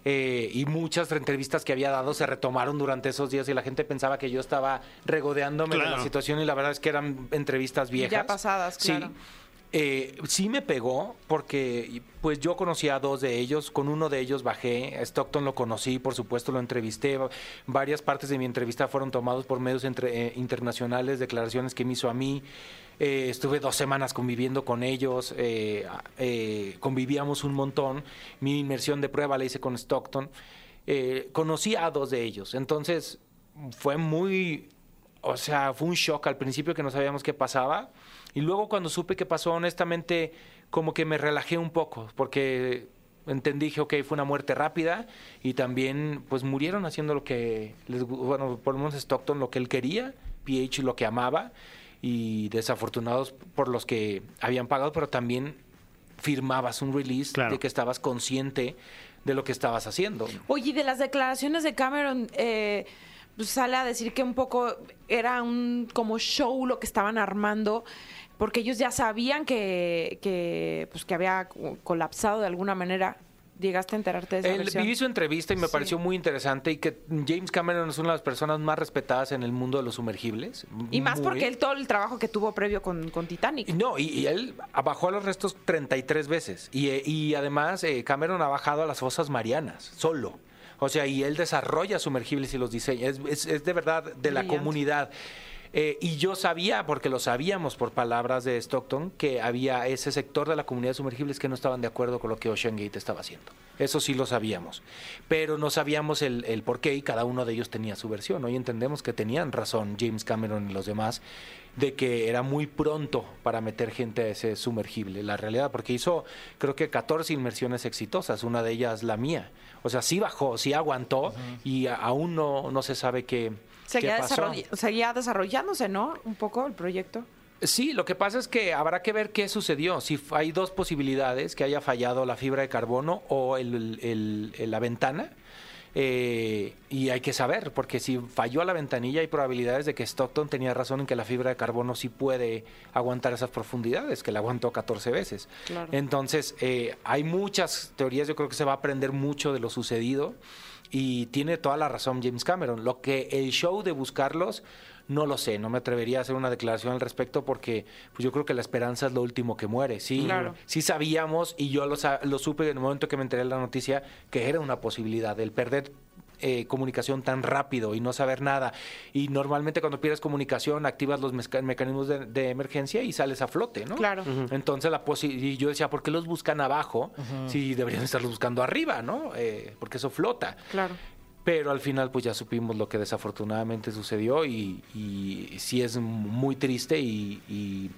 [SPEAKER 5] Eh, y muchas entrevistas que había dado se retomaron durante esos días y la gente pensaba que yo estaba regodeándome de
[SPEAKER 4] Claro.
[SPEAKER 5] la situación y la verdad es que eran entrevistas viejas.
[SPEAKER 2] pasadas,
[SPEAKER 5] Sí.
[SPEAKER 2] claro.
[SPEAKER 5] Eh, sí me pegó porque pues yo conocí a dos de ellos, con uno de ellos bajé, a Stockton lo conocí, por supuesto lo entrevisté, varias partes de mi entrevista fueron tomadas por medios entre- eh, internacionales, declaraciones que me hizo a mí, Eh, estuve dos semanas conviviendo con ellos, eh, eh, convivíamos un montón, mi inmersión de prueba la hice con Stockton, Eh, conocí a dos de ellos, entonces fue muy o sea, fue un shock al principio que no sabíamos qué pasaba. Y luego cuando supe qué pasó, honestamente, como que me relajé un poco, porque entendí que, ok, fue una muerte rápida y también, pues, murieron haciendo lo que, les, gu- bueno, por lo menos Stockton, lo que él quería, PH lo que amaba, y desafortunados por los que habían pagado, pero también firmabas un release
[SPEAKER 4] Claro.
[SPEAKER 5] de que estabas consciente de lo que estabas haciendo.
[SPEAKER 2] Oye, y de las declaraciones de Cameron, eh, pues sale a decir que un poco era un como show lo que estaban armando, porque ellos ya sabían que, que, pues, que había co- colapsado de alguna manera. ¿Llegaste a enterarte de esa
[SPEAKER 5] Él-
[SPEAKER 2] versión?
[SPEAKER 5] viví su entrevista y me
[SPEAKER 2] Sí.
[SPEAKER 5] pareció muy interesante y que James Cameron es una de las personas más respetadas en el mundo de los sumergibles.
[SPEAKER 2] Y más
[SPEAKER 5] Muy.
[SPEAKER 2] porque él todo el trabajo que tuvo previo con, con Titanic.
[SPEAKER 5] Y No, y, y él bajó a los restos 33 veces. Y, eh, y además eh, Cameron ha bajado a las fosas marianas, solo. O sea, y él desarrolla sumergibles y los diseña. Es, es- es de verdad de la
[SPEAKER 2] Brillante.
[SPEAKER 5] comunidad. Eh, y yo sabía, porque lo sabíamos por palabras de Stockton, que había ese sector de la comunidad de sumergibles que no estaban de acuerdo con lo que Ocean Gate estaba haciendo. Eso sí lo sabíamos. Pero no sabíamos el, el por qué y cada uno de ellos tenía su versión. Hoy entendemos que tenían razón James Cameron y los demás de que era muy pronto para meter gente a ese sumergible, la realidad, porque hizo creo que 14 inmersiones exitosas, una de ellas la mía. O sea, sí bajó, sí aguantó y a- aún no, no se sabe qué, qué
[SPEAKER 2] Seguía,
[SPEAKER 5] pasó.
[SPEAKER 2] desarroll- seguía desarrollándose, ¿no? Un poco el proyecto.
[SPEAKER 5] Sí, lo que pasa es que habrá que ver qué sucedió. Si f- hay dos posibilidades, que haya fallado la fibra de carbono o el- el- el- la ventana. Eh, y hay que saber, porque si falló la ventanilla hay probabilidades de que Stockton tenía razón en que la fibra de carbono sí puede aguantar esas profundidades, que la aguantó 14 veces.
[SPEAKER 2] Claro.
[SPEAKER 5] Entonces, eh, hay muchas teorías, yo creo que se va a aprender mucho de lo sucedido y tiene toda la razón James Cameron. Lo que el show de buscarlos, no lo sé, no me atrevería a hacer una declaración al respecto porque pues, yo creo que la esperanza es lo último que muere. Sí,
[SPEAKER 2] Claro.
[SPEAKER 5] sí sabíamos y yo lo, sa- lo supe en el momento que me enteré de la noticia que era una posibilidad el perder eh, comunicación tan rápido y no saber nada. Y normalmente cuando pierdes comunicación activas los mezca- mecanismos de, de emergencia y sales a flote, ¿no?
[SPEAKER 2] Claro.
[SPEAKER 5] Entonces la posi- y yo decía, ¿por qué los buscan abajo si deberían estarlos buscando arriba, ¿no? Eh, porque eso flota.
[SPEAKER 2] Claro.
[SPEAKER 5] Pero al final pues ya supimos lo que desafortunadamente sucedió y, y sí es muy triste y, y-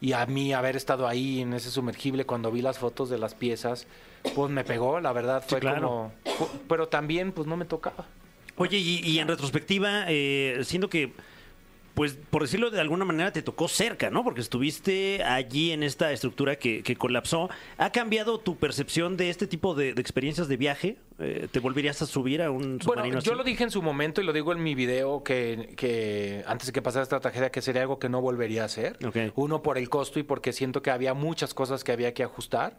[SPEAKER 5] y a mí haber estado ahí en ese sumergible cuando vi las fotos de las piezas, pues me pegó, la verdad fue
[SPEAKER 4] claro.
[SPEAKER 5] como... fu- Pero también pues no me tocaba.
[SPEAKER 4] Oye, y, y en retrospectiva, eh, siento que pues por decirlo de alguna manera, te tocó cerca, ¿no? Porque estuviste allí en esta estructura que, que colapsó. ¿Ha cambiado tu percepción de este tipo de, de experiencias de viaje? Eh, ¿Te volverías a subir a un submarino
[SPEAKER 5] Bueno,
[SPEAKER 4] así?
[SPEAKER 5] yo lo dije en su momento y lo digo en mi video que, que antes de que pasara esta tragedia, que sería algo que no volvería a hacer.
[SPEAKER 4] Ok.
[SPEAKER 5] Uno por el costo y porque siento que había muchas cosas que había que ajustar.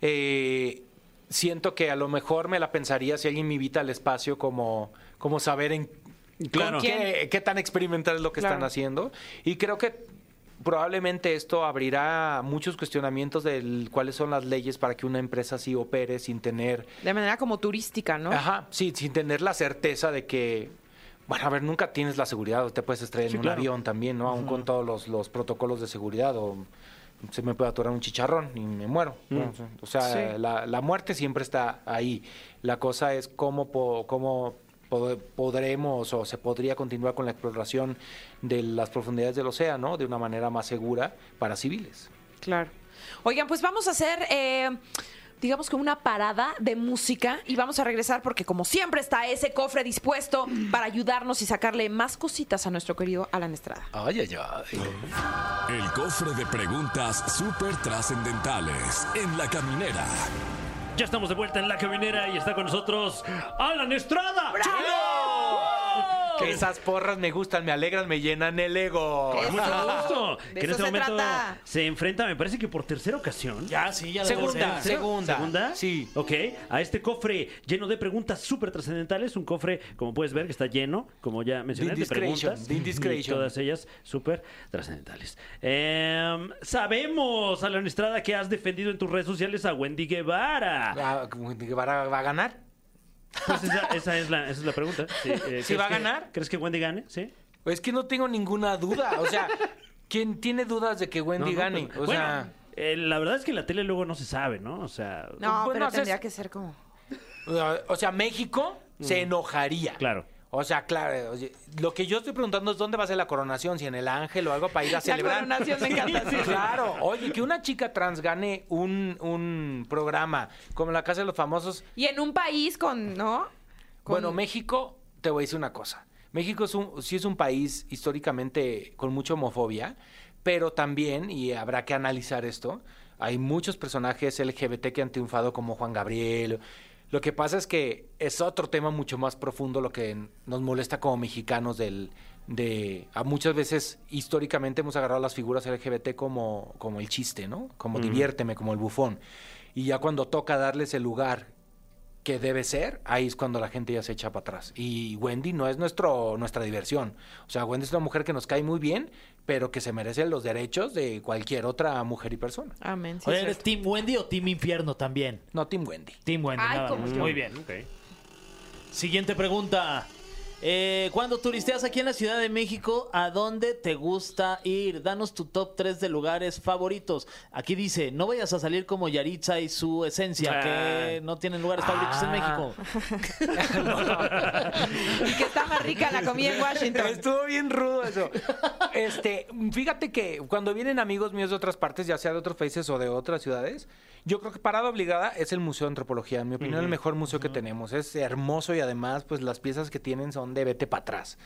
[SPEAKER 5] Eh, siento que a lo mejor me la pensaría si alguien me invita al espacio como, como saber en
[SPEAKER 4] Claro.
[SPEAKER 5] con qué, qué tan experimental es lo que
[SPEAKER 2] Claro.
[SPEAKER 5] están haciendo. Y creo que probablemente esto abrirá muchos cuestionamientos de cuáles son las leyes para que una empresa así opere sin tener
[SPEAKER 2] De manera como turística, ¿no?
[SPEAKER 5] Ajá, sí, sin tener la certeza de que. Bueno, a ver, nunca tienes la seguridad, o te puedes estrellar en un avión también, ¿no? Aún con todos los, los protocolos de seguridad, o se me puede atorar un chicharrón y me muero. ¿no? O sea,
[SPEAKER 2] Mm. Sí.
[SPEAKER 5] la, la muerte siempre está ahí. La cosa es cómo, po- cómo pod- podremos o se podría continuar con la exploración de las profundidades del océano de una manera más segura para civiles.
[SPEAKER 2] Claro. Oigan, pues vamos a hacer, eh, digamos que una parada de música y vamos a regresar porque como siempre está ese cofre dispuesto para ayudarnos y sacarle más cositas a nuestro querido Alan Estrada.
[SPEAKER 5] Ay, ay, ay.
[SPEAKER 1] El cofre de preguntas súper trascendentales en la caminera.
[SPEAKER 4] Ya estamos de vuelta en la caminera y está con nosotros Alan Estrada.
[SPEAKER 5] Que esas porras me gustan, me alegran, me llenan el ego.
[SPEAKER 2] Eso.
[SPEAKER 4] Mucho gusto.
[SPEAKER 2] De
[SPEAKER 4] Que
[SPEAKER 2] eso
[SPEAKER 4] en este
[SPEAKER 2] se
[SPEAKER 4] momento
[SPEAKER 2] trata.
[SPEAKER 4] se enfrenta, me parece que por tercera ocasión.
[SPEAKER 3] Ya, sí, ya debe
[SPEAKER 5] Segunda,
[SPEAKER 3] ser.
[SPEAKER 4] ¿Tercera?
[SPEAKER 5] segunda.
[SPEAKER 4] ¿Segunda?
[SPEAKER 5] Sí.
[SPEAKER 4] Ok, a este cofre lleno de preguntas súper trascendentales. Un cofre, como puedes ver, que está lleno, como ya mencioné, de
[SPEAKER 5] Indiscretion,
[SPEAKER 4] preguntas. *laughs*
[SPEAKER 5] de indiscretion.
[SPEAKER 4] Y todas ellas súper trascendentales. Em, sabemos, Alan Estrada, que has defendido en tus redes sociales a Wendy Guevara.
[SPEAKER 5] Ah, como que ¿Va a, va a ganar?
[SPEAKER 4] Pues esa, esa es la, esa es la pregunta. Sí, eh,
[SPEAKER 5] *laughs*
[SPEAKER 4] ¿crees
[SPEAKER 5] va a
[SPEAKER 4] que-
[SPEAKER 5] ganar?
[SPEAKER 4] ¿Crees que Wendy gane? Sí.
[SPEAKER 5] Es que no tengo ninguna duda. O *laughs* sea, ¿quién tiene dudas de que
[SPEAKER 4] No,
[SPEAKER 5] Wendy
[SPEAKER 4] no,
[SPEAKER 5] gane?
[SPEAKER 4] pero-
[SPEAKER 5] o
[SPEAKER 4] bueno,
[SPEAKER 5] sea,
[SPEAKER 4] eh, la verdad es que en la tele luego no se sabe, ¿no? O sea,
[SPEAKER 2] No,
[SPEAKER 5] Pues Bueno,
[SPEAKER 2] pero
[SPEAKER 5] haces-
[SPEAKER 2] tendría que ser como...
[SPEAKER 5] uh, o sea, México se enojaría.
[SPEAKER 4] Claro.
[SPEAKER 5] O sea, claro, oye, lo que yo estoy preguntando es dónde va a ser la coronación, si en el ángel o algo para ir a celebrar.
[SPEAKER 2] coronación, me encanta, sí.
[SPEAKER 5] Claro, oye, que una chica trans gane un, un programa como la Casa de los Famosos,
[SPEAKER 2] Y en un país con, ¿no? Con-
[SPEAKER 5] Bueno, México, te voy a decir una cosa. México es un- sí es un país históricamente con mucha homofobia, pero también, y habrá que analizar esto, hay muchos personajes LGBT que han triunfado como Juan Gabriel. Lo que pasa es que es otro tema mucho más profundo lo que nos molesta como mexicanos del de a muchas veces históricamente hemos agarrado las figuras LGBT como como el chiste, ¿no? Como diviérteme, como el bufón. Y ya cuando toca darles el lugar que debe ser, ahí es cuando la gente ya se echa para atrás. Y Wendy no es nuestro, nuestra diversión. O sea, Wendy es una mujer que nos cae muy bien, pero que se merece los derechos de cualquier otra mujer y persona.
[SPEAKER 2] Amén. sí,
[SPEAKER 3] Oye,
[SPEAKER 2] es
[SPEAKER 3] ¿eres
[SPEAKER 2] cierto.
[SPEAKER 3] Team Wendy o Team Infierno también?
[SPEAKER 5] No, Team Wendy.
[SPEAKER 3] Team Wendy.
[SPEAKER 2] Ay,
[SPEAKER 3] nada
[SPEAKER 2] cómo
[SPEAKER 3] más.
[SPEAKER 2] yo.
[SPEAKER 3] Muy bien. Siguiente pregunta. Eh, cuando turisteas aquí en la Ciudad de México, ¿a dónde te gusta ir? Danos tu top 3 de lugares favoritos. Aquí dice, no vayas a salir como Yaritza y su esencia,
[SPEAKER 4] Ah.
[SPEAKER 3] que no tienen lugares favoritos en México.
[SPEAKER 2] Y que está más rica la
[SPEAKER 5] *laughs*
[SPEAKER 2] comida en Washington.
[SPEAKER 5] Estuvo bien rudo eso. Este, fíjate que cuando vienen amigos míos de otras partes, ya sea de otros países o de otras ciudades, yo creo que parada obligada es el Museo de Antropología. En mi opinión, el mejor museo que tenemos. Es hermoso y además, pues las piezas que tienen son de vete para atrás.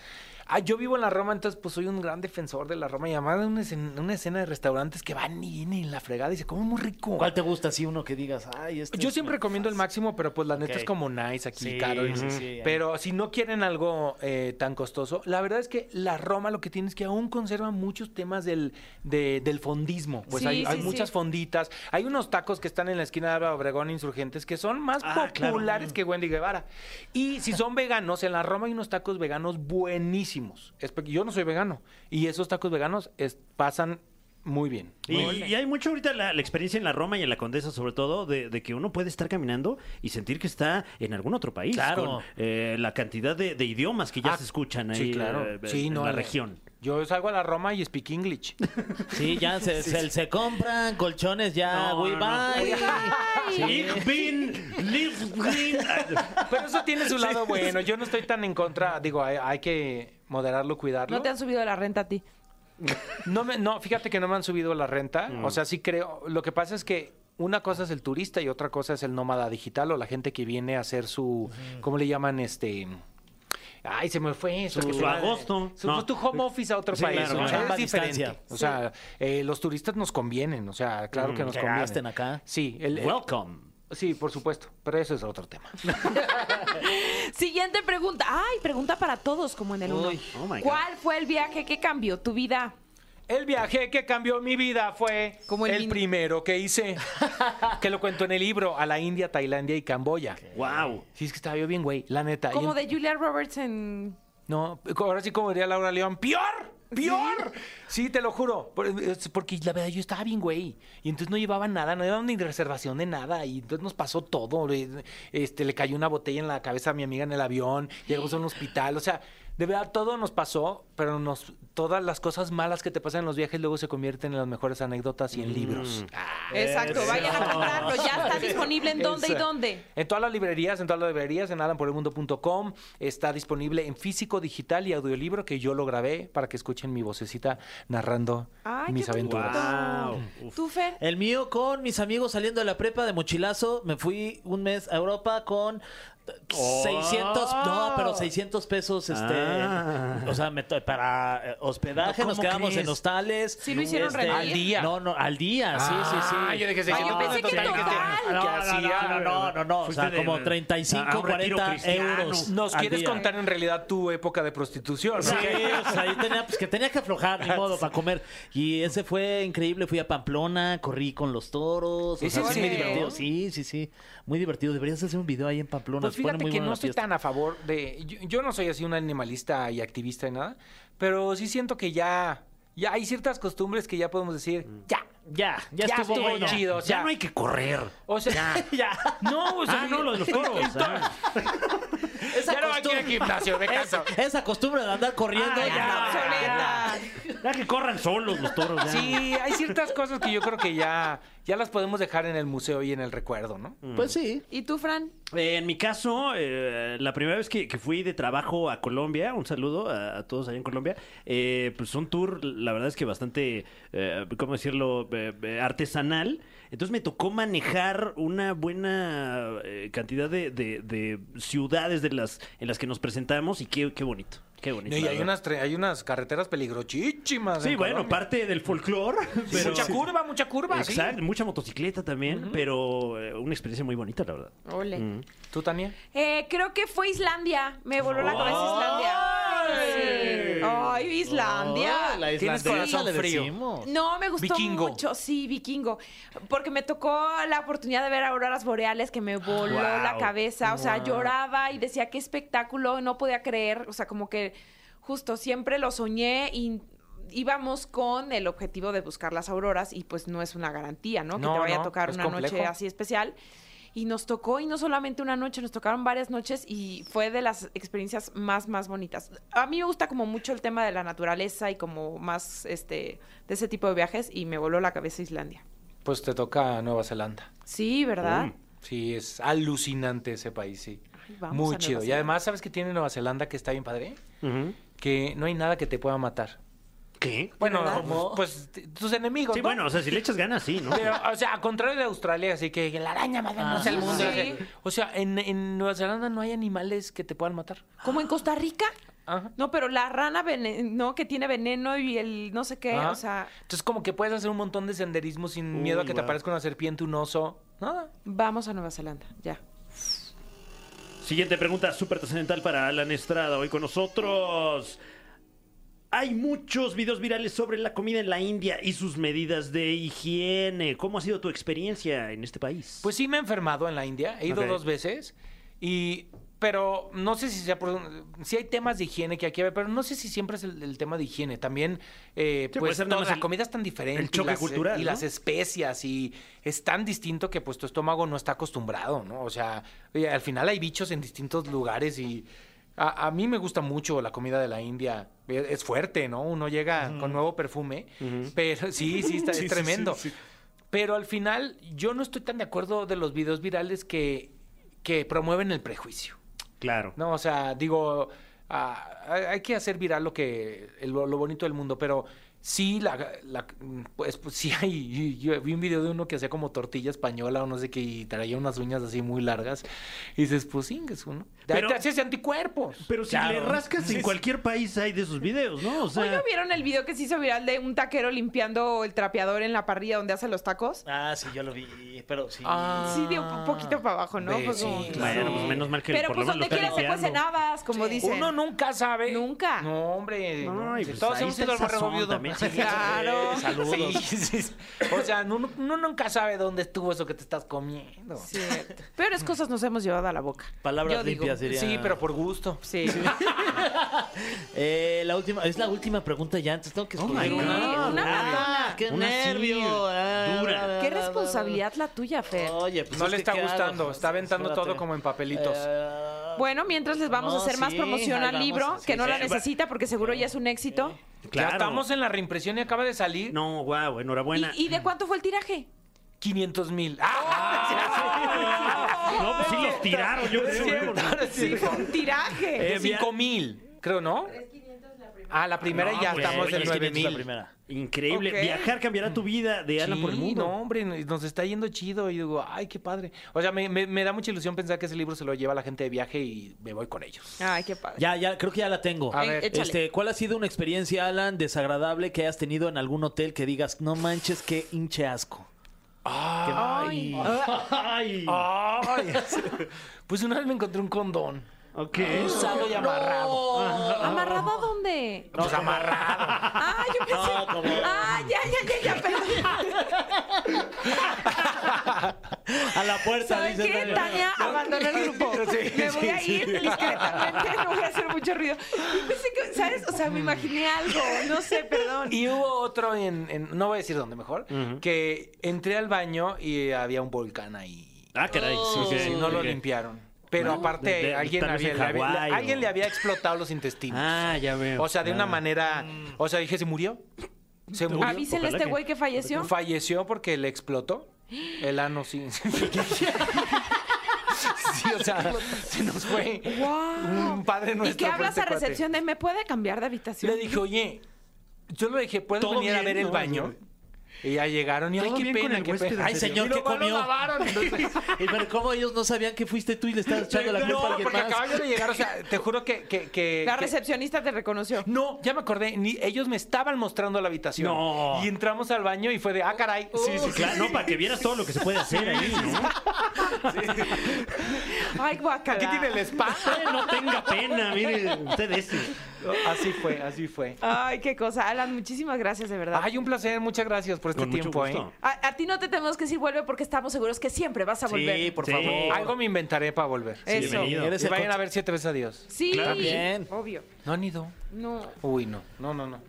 [SPEAKER 5] Ah, yo vivo en la Roma, entonces pues soy un gran defensor de la Roma y además de una escena, una escena de restaurantes que van y vienen en la fregada y se come muy rico.
[SPEAKER 3] ¿Cuál te gusta? Así uno que digas, ay, este
[SPEAKER 5] Yo
[SPEAKER 3] es
[SPEAKER 5] siempre
[SPEAKER 3] mi
[SPEAKER 5] recomiendo el
[SPEAKER 3] fas-
[SPEAKER 5] máximo, pero pues la neta
[SPEAKER 3] Ok.
[SPEAKER 5] es como nice aquí,
[SPEAKER 3] Sí,
[SPEAKER 5] caro.
[SPEAKER 3] sí,
[SPEAKER 5] Ujú.
[SPEAKER 3] sí.
[SPEAKER 5] Pero si no quieren algo eh, tan costoso, la verdad es que la Roma lo que tiene es que aún conserva muchos temas del, de- del fondismo. Pues
[SPEAKER 2] Sí,
[SPEAKER 5] hay, hay
[SPEAKER 2] sí,
[SPEAKER 5] muchas
[SPEAKER 2] sí.
[SPEAKER 5] fonditas. Hay unos tacos que están en la esquina de Álvaro Obregón Insurgentes que son más
[SPEAKER 4] Ah, claro.
[SPEAKER 5] populares que Wendy Guevara. Y si son veganos, en la Roma hay unos tacos veganos buenísimos. Espe- Yo no soy vegano. Y esos tacos veganos es- pasan muy bien.
[SPEAKER 4] Y, y hay mucho ahorita la, la experiencia en la Roma y en la Condesa, sobre todo, de, de que uno puede estar caminando y sentir que está en algún otro país.
[SPEAKER 3] Claro.
[SPEAKER 4] Con, eh, la cantidad de, de idiomas que ya
[SPEAKER 5] Ah,
[SPEAKER 4] se escuchan ahí
[SPEAKER 5] sí, claro.
[SPEAKER 4] eh,
[SPEAKER 5] Sí,
[SPEAKER 4] en
[SPEAKER 5] no,
[SPEAKER 4] la
[SPEAKER 5] eh,
[SPEAKER 4] región.
[SPEAKER 5] Yo salgo a la Roma y speak English.
[SPEAKER 3] Sí, ya se, se- se compran colchones, ya,
[SPEAKER 4] No,
[SPEAKER 3] we
[SPEAKER 4] no, no.
[SPEAKER 3] buy.
[SPEAKER 4] Ich bin Liebling.
[SPEAKER 5] Pero eso tiene su
[SPEAKER 4] *laughs*
[SPEAKER 5] lado bueno. Yo no estoy tan en contra. Digo, hay, hay que moderarlo, cuidarlo.
[SPEAKER 2] No te han subido la renta a ti.
[SPEAKER 5] No, me- no, fíjate que no me han subido la renta.
[SPEAKER 4] Mm.
[SPEAKER 5] O sea, sí creo. Lo que pasa es que una cosa es el turista y otra cosa es el nómada digital o la gente que viene a hacer su, ¿cómo le llaman? Este, ay, se me fue eso.
[SPEAKER 4] Su-
[SPEAKER 5] que
[SPEAKER 4] su
[SPEAKER 5] se va de-
[SPEAKER 4] agosto.
[SPEAKER 5] Su,
[SPEAKER 4] No.
[SPEAKER 5] Tu home office a otro
[SPEAKER 3] Sí,
[SPEAKER 5] país.
[SPEAKER 3] claro,
[SPEAKER 5] o sea,
[SPEAKER 3] claro.
[SPEAKER 5] es
[SPEAKER 3] Chamba a
[SPEAKER 5] diferente.
[SPEAKER 3] distancia.
[SPEAKER 5] O sea, eh, los turistas nos convienen. O sea, claro
[SPEAKER 4] Mm.
[SPEAKER 5] que nos
[SPEAKER 3] que
[SPEAKER 5] convienen.
[SPEAKER 3] gasten acá.
[SPEAKER 5] Sí. el- el-
[SPEAKER 3] Welcome.
[SPEAKER 5] sí, por supuesto. Pero eso es otro tema.
[SPEAKER 2] Siguiente pregunta. Ay, pregunta para todos, como en el uno.
[SPEAKER 4] Uy, oh my God.
[SPEAKER 2] ¿Cuál fue el viaje que cambió tu vida?
[SPEAKER 5] *laughs* El viaje que cambió mi vida fue
[SPEAKER 2] Como el
[SPEAKER 5] el,
[SPEAKER 2] vin-
[SPEAKER 5] primero
[SPEAKER 2] *laughs*
[SPEAKER 5] que hice, que lo cuento en el libro, a la India, Tailandia y Camboya.
[SPEAKER 4] ¡Wow!
[SPEAKER 5] Sí, es que estaba yo bien, güey, la neta. Y
[SPEAKER 2] Como
[SPEAKER 5] en-
[SPEAKER 2] de Julia Roberts en...
[SPEAKER 5] No, ahora sí como diría Laura León, ¡pior! ¡Pior! Sí, te lo juro. Por- es- Porque la verdad yo estaba bien, güey. Y entonces no llevaba nada, no llevaba ni reservación de nada. Y entonces nos pasó todo. Le- Este, le cayó una botella en la cabeza a mi amiga en el avión. Llegamos a un hospital. O sea, de verdad todo nos pasó, pero nos, todas las cosas malas que te pasan en los viajes luego se convierten en las mejores anécdotas y en libros. Ah.
[SPEAKER 2] Exacto, vayan a comprarlo. Ya está disponible en dónde y
[SPEAKER 5] Esa.
[SPEAKER 2] dónde.
[SPEAKER 5] En todas las librerías, en todas las librerías, en alanporelmundo.com. Está disponible en físico, digital y audiolibro que yo lo grabé para que escuchen mi vocecita narrando
[SPEAKER 2] Ay,
[SPEAKER 5] mis
[SPEAKER 2] qué bonito.
[SPEAKER 5] aventuras.
[SPEAKER 4] Wow.
[SPEAKER 2] ¿Tú, Fer?
[SPEAKER 3] El mío con mis amigos saliendo de la prepa de mochilazo, me fui un mes a Europa con 600, no, pero 600 pesos, este,
[SPEAKER 4] Ah.
[SPEAKER 3] o sea, me to- para eh, hospedaje,
[SPEAKER 4] No,
[SPEAKER 3] nos
[SPEAKER 4] ¿cómo
[SPEAKER 3] quedamos
[SPEAKER 4] crees?
[SPEAKER 3] en hostales. este,
[SPEAKER 2] ¿Sí lo hicieron rendir?
[SPEAKER 5] ¿Al día?
[SPEAKER 3] No, no, al día, sí, sí, sí.
[SPEAKER 5] Ah, yo dije
[SPEAKER 2] Ah, yo
[SPEAKER 5] 600
[SPEAKER 2] pensé
[SPEAKER 5] pesos
[SPEAKER 2] que
[SPEAKER 5] total.
[SPEAKER 2] total.
[SPEAKER 5] ¿Qué hacía?
[SPEAKER 3] No, no, no, no, o
[SPEAKER 4] Fuiste
[SPEAKER 3] sea,
[SPEAKER 4] de-
[SPEAKER 3] como
[SPEAKER 4] a
[SPEAKER 3] 35,
[SPEAKER 4] un retiro
[SPEAKER 3] 40
[SPEAKER 4] cristiano.
[SPEAKER 3] euros.
[SPEAKER 5] Nos
[SPEAKER 3] al
[SPEAKER 5] quieres
[SPEAKER 3] día.
[SPEAKER 5] contar en realidad tu época de prostitución, ¿no?
[SPEAKER 3] Sí, o sea, ahí tenía, pues que tenía que aflojar,
[SPEAKER 5] Ah,
[SPEAKER 3] ni modo, para comer. Y ese fue increíble. Fui a Pamplona, corrí con los toros. O
[SPEAKER 5] Ese
[SPEAKER 3] sea,
[SPEAKER 5] sí
[SPEAKER 3] sí,
[SPEAKER 5] me
[SPEAKER 3] muy divertido. Sí,
[SPEAKER 5] divertí.
[SPEAKER 3] sí, sí. Muy divertido. Deberías hacer un video ahí en Pamplona.
[SPEAKER 5] Pues
[SPEAKER 3] se pone
[SPEAKER 5] fíjate
[SPEAKER 3] muy
[SPEAKER 5] que
[SPEAKER 3] buena
[SPEAKER 5] no
[SPEAKER 3] la
[SPEAKER 5] estoy
[SPEAKER 3] fiesta.
[SPEAKER 5] tan a favor de. Yo, yo no soy así un animalista y activista ni nada, pero sí siento que ya. Ya hay ciertas costumbres que ya podemos decir, ya.
[SPEAKER 3] Mm. Ya, ya,
[SPEAKER 5] Ya
[SPEAKER 3] estuvo
[SPEAKER 5] estuvo
[SPEAKER 3] bueno.
[SPEAKER 5] chido, o sea.
[SPEAKER 4] Ya no hay que correr.
[SPEAKER 5] O sea, *laughs* No, o sea,
[SPEAKER 4] Ah, no,
[SPEAKER 5] *laughs*
[SPEAKER 4] lo de los toros. ah.
[SPEAKER 3] Esa
[SPEAKER 5] ya no va a ir al gimnasio, me canso.
[SPEAKER 3] Esa costumbre de andar corriendo
[SPEAKER 5] Ah,
[SPEAKER 3] ya.
[SPEAKER 5] ya.
[SPEAKER 2] Obsoleta.
[SPEAKER 4] Ya que corran solos los toros. ya.
[SPEAKER 5] *laughs* Sí, hay ciertas cosas que yo creo que ya, ya las podemos dejar en el museo y en el recuerdo, ¿no?
[SPEAKER 3] Pues sí.
[SPEAKER 2] ¿Y tú, Fran?
[SPEAKER 4] Eh, en mi caso, eh, la primera vez que, que fui de trabajo a Colombia, un saludo a, a todos allá en Colombia, eh, pues un tour, la verdad es que bastante, eh, ¿cómo decirlo?, Eh, eh, artesanal. Entonces me tocó manejar una buena eh, cantidad de, de- de ciudades de las, en las que nos presentamos y qué, qué bonito, qué bonito.
[SPEAKER 5] y
[SPEAKER 4] la
[SPEAKER 5] hay
[SPEAKER 4] verdad.
[SPEAKER 5] unas, tre- hay unas carreteras peligrochísimas.
[SPEAKER 4] Sí,
[SPEAKER 5] en
[SPEAKER 4] bueno,
[SPEAKER 5] Colombia.
[SPEAKER 4] parte del folclore. pero-
[SPEAKER 5] Mucha curva, mucha curva. sí.
[SPEAKER 4] Exacto, mucha motocicleta también, pero eh, una experiencia muy bonita, la verdad.
[SPEAKER 2] Ole.
[SPEAKER 4] Mm.
[SPEAKER 5] ¿Tú, Tania?
[SPEAKER 2] Eh, creo que fue Islandia. Me voló la cabeza Islandia. Sí. Ay, Islandia.
[SPEAKER 3] Oh, la
[SPEAKER 5] Tienes
[SPEAKER 3] islandesa
[SPEAKER 5] corazón
[SPEAKER 3] le
[SPEAKER 5] frío.
[SPEAKER 3] decimos.
[SPEAKER 2] No, me gustó
[SPEAKER 5] Vikingo.
[SPEAKER 2] mucho, sí, vikingo. Porque me tocó la oportunidad de ver auroras boreales que me voló
[SPEAKER 4] Wow.
[SPEAKER 2] la cabeza. O sea, lloraba y decía qué espectáculo, no podía creer. O sea, como que justo siempre lo soñé y íbamos con el objetivo de buscar las auroras y pues no es una garantía, ¿no? Que
[SPEAKER 5] No,
[SPEAKER 2] te vaya
[SPEAKER 5] no,
[SPEAKER 2] a tocar
[SPEAKER 5] es
[SPEAKER 2] una noche
[SPEAKER 5] complejo.
[SPEAKER 2] así especial. Y nos tocó, y no solamente una noche, nos tocaron varias noches y fue de las experiencias más, más bonitas. A mí me gusta como mucho el tema de la naturaleza y como más, este, de ese tipo de viajes y me voló la cabeza Islandia.
[SPEAKER 5] Pues te toca Nueva Zelanda.
[SPEAKER 2] Sí, ¿verdad?
[SPEAKER 5] Sí, es alucinante ese país, sí.
[SPEAKER 2] Ay, vamos a
[SPEAKER 5] Muy
[SPEAKER 2] Nueva
[SPEAKER 5] chido. Y
[SPEAKER 2] Zelanda.
[SPEAKER 5] además, ¿sabes qué tiene Nueva Zelanda que está bien padre?
[SPEAKER 4] Ujú.
[SPEAKER 5] Que no hay nada que te pueda matar.
[SPEAKER 4] ¿Qué?
[SPEAKER 5] Bueno,
[SPEAKER 2] verdad?
[SPEAKER 5] como, pues t- tus enemigos,
[SPEAKER 4] Sí,
[SPEAKER 5] ¿no?
[SPEAKER 4] bueno, o sea, si le echas ganas, sí, ¿no?
[SPEAKER 5] Pero, o sea, a contrario de Australia, así que la araña más venenosa del mundo.
[SPEAKER 2] Ah, sí.
[SPEAKER 5] O sea, en, en Nueva Zelanda no hay animales que te puedan matar.
[SPEAKER 2] Como en Costa Rica.
[SPEAKER 5] Ajá.
[SPEAKER 2] No, pero la rana venen- no, que tiene veneno y el no sé qué,
[SPEAKER 5] Ajá.
[SPEAKER 2] o sea,
[SPEAKER 5] Entonces, como que puedes hacer un montón de senderismo sin
[SPEAKER 4] Uy,
[SPEAKER 5] miedo a que te
[SPEAKER 4] guau.
[SPEAKER 5] aparezca una serpiente, un oso. Nada.
[SPEAKER 2] vamos a Nueva Zelanda, ya.
[SPEAKER 4] Siguiente pregunta súper trascendental para Alan Estrada, hoy con nosotros. Hay muchos videos virales sobre la comida en la India y sus medidas de higiene. ¿Cómo ha sido tu experiencia en este país?
[SPEAKER 5] Pues sí me he enfermado en la India, he ido
[SPEAKER 4] Ok.
[SPEAKER 5] dos veces y pero no sé si sea por si hay temas de higiene que aquí hay, pero no sé si siempre es el, el tema de higiene. También eh,
[SPEAKER 4] Sí, puede
[SPEAKER 5] pues
[SPEAKER 4] ser nada
[SPEAKER 5] toda
[SPEAKER 4] más
[SPEAKER 5] la
[SPEAKER 4] el-
[SPEAKER 5] comida es tan diferente,
[SPEAKER 4] el choque
[SPEAKER 5] y las, eh,
[SPEAKER 4] cultural,
[SPEAKER 5] y
[SPEAKER 4] ¿no?
[SPEAKER 5] las especias y es tan distinto que pues tu estómago no está acostumbrado, ¿no? O sea, oye, al final hay bichos en distintos lugares y a, a mí me gusta mucho la comida de la India. Es es fuerte, ¿no? Uno llega con nuevo perfume, pero sí, *laughs* sí, está, es tremendo. Pero al final, yo no estoy tan de acuerdo de los videos virales que, que promueven el prejuicio.
[SPEAKER 4] claro.
[SPEAKER 5] No, o sea, digo, ah, hay hay que hacer viral lo que lo, lo bonito del mundo, pero sí, la, la- pues, pues, sí hay, *laughs* yo vi un video de uno que hacía como tortilla española o no sé qué, y traía unas uñas así muy largas, y dices, pues sí, que es uno.
[SPEAKER 4] Pero-
[SPEAKER 5] Pero, te haces anticuerpos.
[SPEAKER 4] Pero si le rascas en cualquier país hay de esos videos, ¿no? O sea,
[SPEAKER 2] ¿Hoy no vieron el video que se hizo viral de un taquero limpiando el trapeador en la parrilla donde hace los tacos?
[SPEAKER 3] Ah, sí, yo lo vi, pero sí.
[SPEAKER 5] Ah,
[SPEAKER 2] Sí, de un po- poquito para abajo, ¿no?
[SPEAKER 5] ve,
[SPEAKER 2] Pues
[SPEAKER 5] sí,
[SPEAKER 2] como-
[SPEAKER 5] claro.
[SPEAKER 4] bueno, pues menos mal que
[SPEAKER 2] Pero
[SPEAKER 4] por
[SPEAKER 2] pues
[SPEAKER 4] lo menos
[SPEAKER 2] donde
[SPEAKER 4] lo
[SPEAKER 2] quiera
[SPEAKER 4] está
[SPEAKER 2] se cuecen
[SPEAKER 4] limpiando.
[SPEAKER 2] habas, como dicen.
[SPEAKER 5] Uno nunca sabe.
[SPEAKER 2] Nunca.
[SPEAKER 5] No, hombre. no.
[SPEAKER 4] Ay,
[SPEAKER 5] Si
[SPEAKER 4] pues
[SPEAKER 5] todos
[SPEAKER 4] ahí
[SPEAKER 5] hemos
[SPEAKER 4] está
[SPEAKER 5] ido al
[SPEAKER 4] el
[SPEAKER 5] barrio
[SPEAKER 4] sazón
[SPEAKER 5] viudo.
[SPEAKER 4] también.
[SPEAKER 5] Sí, *laughs*
[SPEAKER 4] Eh,
[SPEAKER 2] Claro.
[SPEAKER 5] Saludos. Sí, sí, sí. O sea, uno, uno nunca sabe dónde estuvo eso que te estás comiendo. Sí,
[SPEAKER 2] Cierto. Peores cosas nos hemos llevado a la boca.
[SPEAKER 3] Palabras
[SPEAKER 2] Yo digo,
[SPEAKER 3] limpias diría.
[SPEAKER 5] pero por gusto.
[SPEAKER 2] Sí.
[SPEAKER 3] Eh, la última, es la última pregunta ya, antes tengo que
[SPEAKER 4] Oh my
[SPEAKER 3] escoger
[SPEAKER 2] God.
[SPEAKER 3] una.
[SPEAKER 2] Una
[SPEAKER 3] ah, qué
[SPEAKER 4] Una sí,
[SPEAKER 3] nervio. Ah,
[SPEAKER 4] dura.
[SPEAKER 3] bla, bla, *laughs*
[SPEAKER 2] Qué
[SPEAKER 3] bla, bla,
[SPEAKER 2] responsabilidad la tuya,
[SPEAKER 3] bla.
[SPEAKER 2] Fer.
[SPEAKER 3] Oye, pues
[SPEAKER 5] No
[SPEAKER 3] es
[SPEAKER 5] le
[SPEAKER 3] que
[SPEAKER 5] está
[SPEAKER 3] ¿qué hago?
[SPEAKER 5] gustando, está aventando
[SPEAKER 3] Espérate.
[SPEAKER 5] todo como en papelitos.
[SPEAKER 3] Eh,
[SPEAKER 2] Bueno, mientras les vamos a
[SPEAKER 3] No,
[SPEAKER 2] hacer más
[SPEAKER 3] sí,
[SPEAKER 2] promoción
[SPEAKER 3] ahí
[SPEAKER 2] al
[SPEAKER 3] vamos,
[SPEAKER 2] libro,
[SPEAKER 3] sí,
[SPEAKER 2] que no
[SPEAKER 3] sí.
[SPEAKER 2] la
[SPEAKER 3] Eh, va-
[SPEAKER 2] necesita porque seguro ya es un éxito.
[SPEAKER 4] Claro.
[SPEAKER 5] Ya estamos en la reimpresión y acaba de salir
[SPEAKER 4] No, wow, enhorabuena.
[SPEAKER 2] ¿Y, y de cuánto fue el tiraje?
[SPEAKER 5] 500 mil. *laughs* ¡Ah!
[SPEAKER 4] *laughs* No, pues sí los tiraron, yo creo.
[SPEAKER 2] Sí, fue un tiraje.
[SPEAKER 4] Eh, mira.
[SPEAKER 5] 5 mil, creo, ¿no? Ah, la primera
[SPEAKER 4] No,
[SPEAKER 5] y ya
[SPEAKER 4] pues,
[SPEAKER 5] estamos
[SPEAKER 4] oye,
[SPEAKER 5] en
[SPEAKER 4] es que
[SPEAKER 5] 9
[SPEAKER 3] es la
[SPEAKER 5] mil.
[SPEAKER 3] primera.
[SPEAKER 4] Increíble.
[SPEAKER 2] Ok.
[SPEAKER 4] Viajar cambiará tu vida de Alan
[SPEAKER 5] Sí,
[SPEAKER 4] por el mundo.
[SPEAKER 5] No, hombre, nos está yendo chido. Y digo, ay, qué padre. O sea, me, me- me da mucha ilusión pensar que ese libro se lo lleva la gente de viaje y me voy con ellos.
[SPEAKER 2] Ay, qué padre.
[SPEAKER 3] Ya, ya, creo que ya la tengo.
[SPEAKER 5] A ver.
[SPEAKER 2] échale.
[SPEAKER 3] Este, ¿cuál ha sido una experiencia, Alan, desagradable que hayas tenido en algún hotel que digas, no manches, qué hinche asco?
[SPEAKER 5] Ay.
[SPEAKER 4] *laughs* Ay.
[SPEAKER 5] Ah. Ay. Pues una vez me encontré un condón. *gasps*
[SPEAKER 4] Ok.
[SPEAKER 5] Usado y amarrado.
[SPEAKER 2] ¿Amarrado a dónde?
[SPEAKER 5] Pues amarrado.
[SPEAKER 2] Ah, yo pensé. Ah, ya, ya, ya, ya, perdón.
[SPEAKER 3] A la puerta,
[SPEAKER 2] ¿Sabes
[SPEAKER 3] dice
[SPEAKER 2] qué? Tania abandonó el grupo.
[SPEAKER 5] Sí,
[SPEAKER 2] Me voy
[SPEAKER 5] sí,
[SPEAKER 2] a ir discretamente, no voy a hacer mucho ruido. Y pensé que, ¿sabes? O sea, me imaginé algo. No sé, perdón.
[SPEAKER 5] Y hubo otro en, en- no voy a decir dónde mejor, que entré al baño y había un volcán ahí.
[SPEAKER 4] Ah, caray. ok,
[SPEAKER 5] Sí, no lo
[SPEAKER 4] ok.
[SPEAKER 5] limpiaron. Pero aparte,
[SPEAKER 4] de- de-
[SPEAKER 5] alguien,
[SPEAKER 4] tal vez
[SPEAKER 5] había-
[SPEAKER 4] en
[SPEAKER 5] le había-
[SPEAKER 4] Hawái o-
[SPEAKER 5] alguien le había explotado los intestinos.
[SPEAKER 4] Ah, ya veo.
[SPEAKER 5] O sea, de una
[SPEAKER 4] Ah.
[SPEAKER 5] manera. O sea, dije, ¿se murió? ¿Se murió?
[SPEAKER 2] Avísenle a
[SPEAKER 4] Ojalá
[SPEAKER 2] este
[SPEAKER 4] que-
[SPEAKER 2] güey que falleció.
[SPEAKER 5] Falleció porque le explotó. El ano *laughs* sí. sí, o sea, se nos fue.
[SPEAKER 2] ¡Wow!
[SPEAKER 5] Un padre
[SPEAKER 2] ¿Y
[SPEAKER 5] nuestro.
[SPEAKER 2] qué
[SPEAKER 5] fue
[SPEAKER 2] hablas
[SPEAKER 5] este
[SPEAKER 2] a
[SPEAKER 5] cuate.
[SPEAKER 2] recepción de me puede cambiar de habitación?
[SPEAKER 5] Le dije, oye, yo le dije, ¿puedes
[SPEAKER 4] Todo
[SPEAKER 5] venir a
[SPEAKER 4] bien,
[SPEAKER 5] ver el
[SPEAKER 4] ¿no?
[SPEAKER 5] baño? Y ya llegaron y, ay,
[SPEAKER 4] Todo
[SPEAKER 5] qué
[SPEAKER 4] bien con
[SPEAKER 5] pena,
[SPEAKER 4] el
[SPEAKER 5] qué
[SPEAKER 4] huésped,
[SPEAKER 5] pena.
[SPEAKER 4] en
[SPEAKER 5] Ay,
[SPEAKER 4] serio.
[SPEAKER 5] señor,
[SPEAKER 3] Y
[SPEAKER 5] ¿qué
[SPEAKER 3] luego lo
[SPEAKER 5] comió?
[SPEAKER 3] lavaron, Y, pero ¿cómo ellos no sabían que fuiste tú y le estabas echando la culpa a
[SPEAKER 5] No,
[SPEAKER 3] alguien
[SPEAKER 5] porque
[SPEAKER 3] más?
[SPEAKER 5] acabaron de llegar, o sea, te juro que... que, que-
[SPEAKER 2] La
[SPEAKER 5] que-
[SPEAKER 2] recepcionista te reconoció.
[SPEAKER 5] *laughs* No, ya me acordé, ni, ellos me estaban mostrando la habitación.
[SPEAKER 4] No.
[SPEAKER 5] Y entramos al baño y fue de, ah, caray.
[SPEAKER 4] Sí, sí, claro. No, para que vieras todo lo que se puede hacer ahí,
[SPEAKER 5] *laughs*
[SPEAKER 4] ¿no?
[SPEAKER 2] Ay, guacala.
[SPEAKER 5] Aquí tiene el spa.
[SPEAKER 4] Usted no tenga pena, mire, usted ese.
[SPEAKER 5] *laughs* Así fue, así fue.
[SPEAKER 2] Ay, qué cosa. Alan, muchísimas gracias, de verdad.
[SPEAKER 5] Ay, un placer, muchas gracias por este
[SPEAKER 4] Con mucho
[SPEAKER 5] tiempo,
[SPEAKER 4] gusto.
[SPEAKER 5] ¿eh?
[SPEAKER 2] A, a ti no te tenemos que decir vuelve porque estamos seguros que siempre vas a volver.
[SPEAKER 3] Sí, por
[SPEAKER 4] Sí.
[SPEAKER 3] favor.
[SPEAKER 5] Algo me inventaré para volver.
[SPEAKER 2] Eh, Eso.
[SPEAKER 4] Bienvenido.
[SPEAKER 5] Y vayan a ver siete veces a Dios.
[SPEAKER 2] Sí,
[SPEAKER 4] Claro.
[SPEAKER 3] Bien.
[SPEAKER 2] obvio.
[SPEAKER 5] ¿No han ido?
[SPEAKER 2] No.
[SPEAKER 5] Uy, no. No, no, no.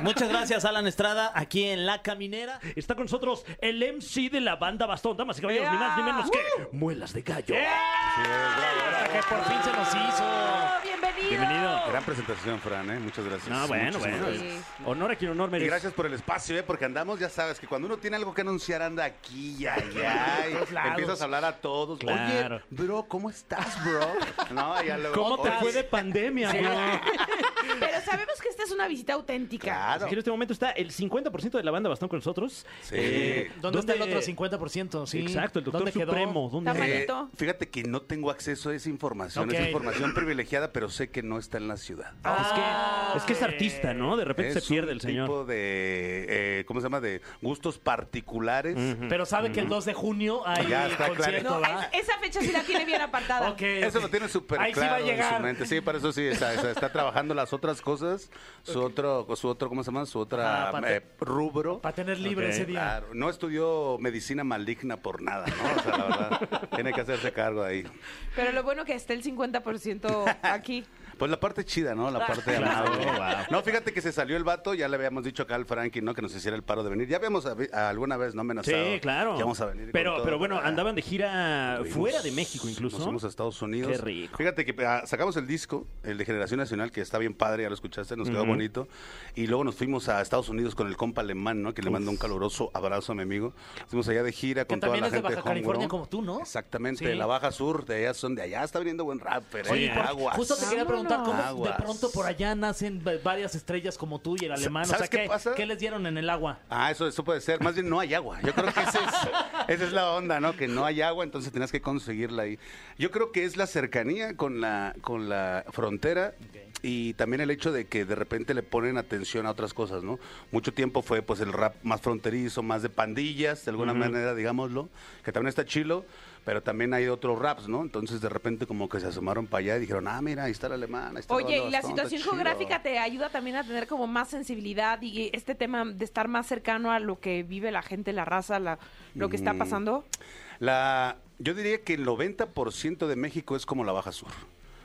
[SPEAKER 3] Muchas gracias, Alan Estrada, aquí en La Caminera.
[SPEAKER 4] Está con nosotros el MC de la banda Bastón, damas y caballeros, ni más ni menos que
[SPEAKER 5] ¡Uh!
[SPEAKER 4] Muelas de Gallo.
[SPEAKER 3] Que por fin
[SPEAKER 4] Ah,
[SPEAKER 3] se nos hizo.
[SPEAKER 2] Oh, bienvenido.
[SPEAKER 4] Bienvenido.
[SPEAKER 6] Gran presentación, Fran, ¿eh? Muchas gracias.
[SPEAKER 4] No, bueno,
[SPEAKER 6] Muchísimas
[SPEAKER 4] bueno.
[SPEAKER 6] gracias.
[SPEAKER 4] Honor a quien honor
[SPEAKER 6] Y
[SPEAKER 4] merece.
[SPEAKER 6] gracias por el espacio, ¿eh? Porque andamos, ya sabes, que cuando uno tiene algo que anunciar, anda aquí
[SPEAKER 4] *laughs*
[SPEAKER 6] y allá. y empiezas a hablar a todos.
[SPEAKER 4] Claro.
[SPEAKER 6] Oye, bro, ¿cómo estás,
[SPEAKER 4] *laughs*
[SPEAKER 6] bro? No, ya luego,
[SPEAKER 4] ¿Cómo te
[SPEAKER 6] oye,
[SPEAKER 4] fue de pandemia,
[SPEAKER 3] *laughs*
[SPEAKER 4] amigo?
[SPEAKER 2] Pero sabemos que esta es una visita auténtica.
[SPEAKER 6] Claro.
[SPEAKER 4] Así que en este momento está el 50% de la banda Bastón con nosotros. Eh,
[SPEAKER 6] Sí.
[SPEAKER 3] ¿Dónde, está el otro 50%? Sí.
[SPEAKER 4] Exacto, el doctor
[SPEAKER 3] ¿Dónde quedó?
[SPEAKER 4] supremo. ¿Dónde
[SPEAKER 2] Está
[SPEAKER 4] anda?
[SPEAKER 6] Eh,
[SPEAKER 2] Manito.
[SPEAKER 6] fíjate que no tengo acceso a esa información.
[SPEAKER 3] Ok.
[SPEAKER 6] Es información privilegiada, pero sé que no está en la ciudad.
[SPEAKER 2] Ah,
[SPEAKER 3] Ah.
[SPEAKER 4] es que es artista, ¿no? De repente
[SPEAKER 6] es
[SPEAKER 4] se pierde
[SPEAKER 6] un
[SPEAKER 4] el señor.
[SPEAKER 6] tipo de, eh, ¿cómo se llama? De gustos particulares.
[SPEAKER 3] Pero sabe que el 2 de junio hay
[SPEAKER 6] Ya está
[SPEAKER 3] concierto,
[SPEAKER 6] clarito.
[SPEAKER 2] No,
[SPEAKER 3] ¿verdad?
[SPEAKER 2] es- esa fecha sí la tiene bien apartada.
[SPEAKER 3] Ok.
[SPEAKER 6] Eso lo tiene súper
[SPEAKER 3] Ahí sí va a
[SPEAKER 6] claro en
[SPEAKER 3] llegar.
[SPEAKER 6] su mente. Sí, para eso sí, está,
[SPEAKER 4] *laughs*
[SPEAKER 6] está- está trabajando las otras cosas, su otro, su otro, ¿cómo se llama? Su otra
[SPEAKER 4] Ah,
[SPEAKER 3] Ajá, para
[SPEAKER 6] eh, rubro.
[SPEAKER 3] Para tener libre
[SPEAKER 4] Ok.
[SPEAKER 3] ese día.
[SPEAKER 6] Claro, no estudió medicina maligna por nada, ¿no? O sea, la
[SPEAKER 4] *laughs*
[SPEAKER 6] verdad, tiene que hacerse cargo de ahí.
[SPEAKER 2] Pero lo bueno que está el 50% aquí.
[SPEAKER 6] Pues la parte chida, ¿no? La parte
[SPEAKER 4] Ah, Claro, Oh,
[SPEAKER 6] amable.
[SPEAKER 4] wow.
[SPEAKER 6] No, fíjate que se salió el vato, ya le habíamos dicho acá al Frankie, ¿no? Que nos hiciera el paro de venir. Ya habíamos avi- alguna vez, ¿no? Amenazado.
[SPEAKER 4] Sí, claro.
[SPEAKER 6] Ya vamos a venir. con
[SPEAKER 4] Pero,
[SPEAKER 6] todo
[SPEAKER 4] pero bueno,
[SPEAKER 6] para-
[SPEAKER 4] andaban de gira
[SPEAKER 6] Fuimos-
[SPEAKER 4] fuera de México incluso.
[SPEAKER 6] Nos fuimos a Estados Unidos.
[SPEAKER 4] Qué rico.
[SPEAKER 6] Fíjate que ah, sacamos el disco, el de Generación Nacional, que está bien padre, ya lo escuchaste, nos quedó bonito. Y luego nos fuimos a Estados Unidos con el compa alemán, ¿no? Que le mando un caluroso abrazo a mi amigo. Fuimos allá de gira
[SPEAKER 3] Que
[SPEAKER 6] con toda
[SPEAKER 3] también
[SPEAKER 6] la
[SPEAKER 3] es de
[SPEAKER 6] gente
[SPEAKER 3] Baja California
[SPEAKER 6] homegrown.
[SPEAKER 3] como tú, ¿no?
[SPEAKER 6] Exactamente,
[SPEAKER 3] Sí.
[SPEAKER 6] de la Baja Sur, de allá son de allá, está viniendo buen rapper,
[SPEAKER 4] Oye,
[SPEAKER 6] ¿eh?
[SPEAKER 4] por-
[SPEAKER 6] Aguas.
[SPEAKER 3] Justo te quería
[SPEAKER 2] Vámonos.
[SPEAKER 3] preguntar cómo
[SPEAKER 6] Aguas.
[SPEAKER 3] de pronto por allá nacen va- varias estrellas como tú y el alemán. O sea,
[SPEAKER 6] ¿sabes qué
[SPEAKER 3] ¿qué,
[SPEAKER 6] pasa?
[SPEAKER 3] qué les dieron en el agua?
[SPEAKER 6] Ah, eso, eso puede ser. Más bien no hay agua. Yo creo que ese es- esa es la onda, ¿no? Que no hay agua, entonces tenías que conseguirla ahí. Yo creo que es la cercanía con la, con la frontera y también el hecho de que de repente le ponen atención a otras cosas, ¿no? Mucho tiempo fue pues el rap más fronterizo, más de pandillas, de alguna manera, digámoslo, que también está chilo. Pero también hay otros raps, ¿no? Entonces de repente como que se asomaron para allá y dijeron, ah, mira, ahí está el alemán, ahí está el
[SPEAKER 2] Oye, y la
[SPEAKER 6] Bastón, está
[SPEAKER 2] situación
[SPEAKER 6] chido".
[SPEAKER 2] geográfica te ayuda también a tener como más sensibilidad y este tema de estar más cercano a lo que vive la gente, la raza, la, lo que está
[SPEAKER 6] Mm.
[SPEAKER 2] pasando.
[SPEAKER 6] La, yo diría que el 90% de México es como la Baja Sur.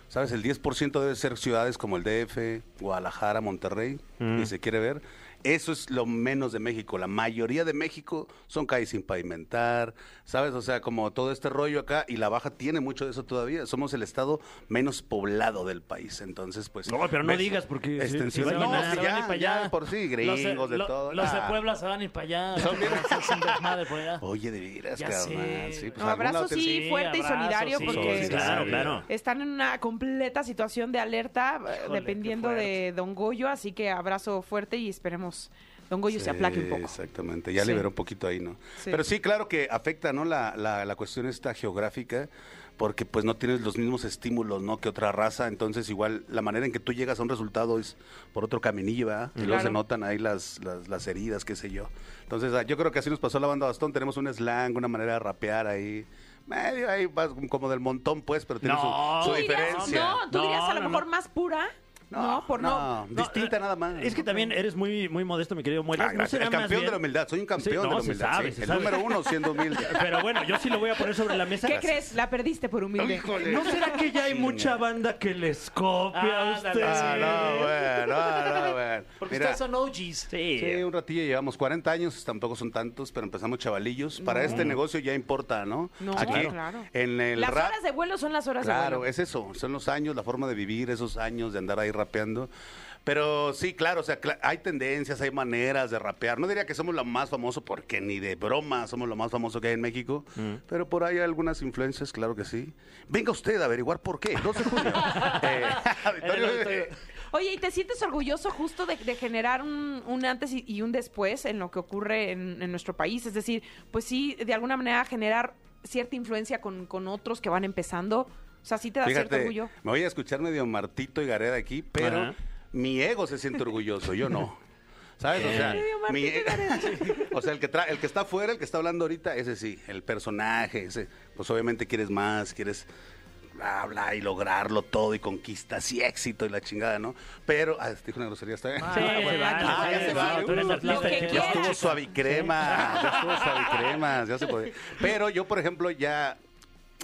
[SPEAKER 6] ¿Sabes? El 10% debe ser ciudades como el DF, Guadalajara, Monterrey, si se quiere ver. Eso es lo menos de México. La mayoría de México son calles sin pavimentar, ¿sabes? O sea, como todo este rollo acá, y la Baja tiene mucho de eso todavía. Somos el estado menos poblado del país. Entonces, pues.
[SPEAKER 4] No, pero no
[SPEAKER 6] ves
[SPEAKER 4] digas, porque sí,
[SPEAKER 6] extensión-
[SPEAKER 4] sí,
[SPEAKER 6] Pues No,
[SPEAKER 4] van a-
[SPEAKER 6] sí,
[SPEAKER 4] se
[SPEAKER 6] ya, ya de por sí, gringos,
[SPEAKER 3] los,
[SPEAKER 6] de
[SPEAKER 3] lo-
[SPEAKER 6] todo.
[SPEAKER 3] Los de
[SPEAKER 6] Ah.
[SPEAKER 3] Puebla se van a ir para allá.
[SPEAKER 6] Son bien-
[SPEAKER 3] Es un desmadre por
[SPEAKER 6] *laughs*
[SPEAKER 3] allá.
[SPEAKER 6] Oye, de veras,
[SPEAKER 3] Ya
[SPEAKER 6] carnal.
[SPEAKER 3] sé.
[SPEAKER 6] Sí, pues,
[SPEAKER 2] No,
[SPEAKER 6] algún lado
[SPEAKER 2] abrazo
[SPEAKER 6] te-
[SPEAKER 2] sí, fuerte y
[SPEAKER 3] abrazo,
[SPEAKER 2] solidario
[SPEAKER 3] sí.
[SPEAKER 2] porque
[SPEAKER 4] Sí, claro, claro.
[SPEAKER 2] están en una completa situación de alerta eh,
[SPEAKER 3] Híjole,
[SPEAKER 2] dependiendo
[SPEAKER 3] qué fuerte.
[SPEAKER 2] de Don Goyo, así que abrazo fuerte y esperemos Don Goyo se aplaque un
[SPEAKER 6] Sí,
[SPEAKER 2] poco.
[SPEAKER 6] Exactamente, ya
[SPEAKER 2] Sí.
[SPEAKER 6] liberó un poquito ahí, ¿no?
[SPEAKER 2] Sí.
[SPEAKER 6] Pero sí, claro que afecta, ¿no? La, la, la cuestión esta geográfica, porque pues no tienes los mismos estímulos, ¿no? Que otra raza, entonces igual la manera en que tú llegas a un resultado es por otro caminillo, ¿verdad? Y luego
[SPEAKER 2] Claro.
[SPEAKER 6] se notan ahí las, las, las heridas, qué sé yo. Entonces ah, yo creo que así nos pasó la banda Bastón, tenemos un slang, una manera de rapear ahí. Medio ahí vas como del montón, pues, pero tiene su-
[SPEAKER 4] No.
[SPEAKER 6] su,
[SPEAKER 2] Tú dirías-
[SPEAKER 6] diferencia.
[SPEAKER 2] no, tú
[SPEAKER 4] No,
[SPEAKER 2] dirías a lo
[SPEAKER 4] no,
[SPEAKER 2] mejor más pura. No, por no.
[SPEAKER 6] distinta nada más.
[SPEAKER 4] eh, Es que también eres muy, muy modesto, mi querido Muelas.
[SPEAKER 6] Ah, gracias.
[SPEAKER 4] será
[SPEAKER 6] el
[SPEAKER 4] más
[SPEAKER 6] campeón
[SPEAKER 4] bien-
[SPEAKER 6] de la humildad, soy un campeón
[SPEAKER 4] Sí,
[SPEAKER 6] de
[SPEAKER 4] no,
[SPEAKER 6] la
[SPEAKER 4] se
[SPEAKER 6] humildad.
[SPEAKER 4] sabe,
[SPEAKER 6] sí.
[SPEAKER 4] se
[SPEAKER 6] el
[SPEAKER 4] sabe.
[SPEAKER 6] número uno siendo humilde.
[SPEAKER 4] *laughs* Pero bueno, yo sí lo voy a poner sobre la mesa.
[SPEAKER 2] ¿Qué crees? La perdiste por humilde.
[SPEAKER 4] ¿No será que ya hay mucha banda que les copia a
[SPEAKER 3] Ah, dale,
[SPEAKER 4] ustedes?
[SPEAKER 6] Ah, no, bueno, ah,
[SPEAKER 2] *laughs*
[SPEAKER 6] no, bueno.
[SPEAKER 3] Porque
[SPEAKER 6] Mira,
[SPEAKER 3] ustedes son OGs.
[SPEAKER 4] Sí.
[SPEAKER 6] sí, un ratillo llevamos 40 años, tampoco son tantos, pero empezamos chavalillos. Para este negocio ya importa, ¿no?
[SPEAKER 2] No,
[SPEAKER 6] Aquí,
[SPEAKER 2] claro.
[SPEAKER 6] en el
[SPEAKER 2] Las
[SPEAKER 6] rap-
[SPEAKER 2] horas de vuelo son las horas de
[SPEAKER 6] Claro,
[SPEAKER 2] vuelo.
[SPEAKER 6] es eso, son los años, la forma de vivir, esos años de andar ahí rapeando. Pero sí, claro, o sea, cla- hay tendencias, hay maneras de rapear. No diría que somos lo más famoso porque ni de broma somos lo más famoso que hay en México, pero por ahí hay algunas influencias, claro que sí. Venga usted a averiguar por qué, 12 de *laughs* junio. Eh, auditorio-
[SPEAKER 2] Oye, ¿y te sientes orgulloso justo de, de generar un, un antes y, y un después en lo que ocurre en, en nuestro país? Es decir, pues sí, de alguna manera generar cierta influencia con, con otros que van empezando. O sea, sí te da cierto
[SPEAKER 6] Fíjate,
[SPEAKER 2] orgullo.
[SPEAKER 6] me voy a escuchar medio Martito y Gareda aquí, pero
[SPEAKER 4] Ajá.
[SPEAKER 6] mi ego se siente orgulloso, yo no. ¿Sabes? O sea, mi e- *laughs* o sea, el que tra- el que está afuera, el que está hablando ahorita, ese sí, el personaje, ese, pues obviamente quieres más, quieres bla bla y lograrlo todo y conquistas y éxito y la chingada, ¿no? Pero ah, dije una grosería está bien.
[SPEAKER 4] Sí,
[SPEAKER 3] Ah,
[SPEAKER 4] se
[SPEAKER 3] bueno,
[SPEAKER 4] vale,
[SPEAKER 3] aquí
[SPEAKER 6] Ah,
[SPEAKER 4] se
[SPEAKER 6] ya
[SPEAKER 4] vale.
[SPEAKER 6] se vale.
[SPEAKER 4] No, tú eres
[SPEAKER 2] Lo
[SPEAKER 4] atlanta,
[SPEAKER 2] que
[SPEAKER 4] chico.
[SPEAKER 6] Ya
[SPEAKER 2] quieras.
[SPEAKER 6] estuvo suavicrema, ya estuvo suavicremas, ya se puede. Pero yo, por ejemplo, ya,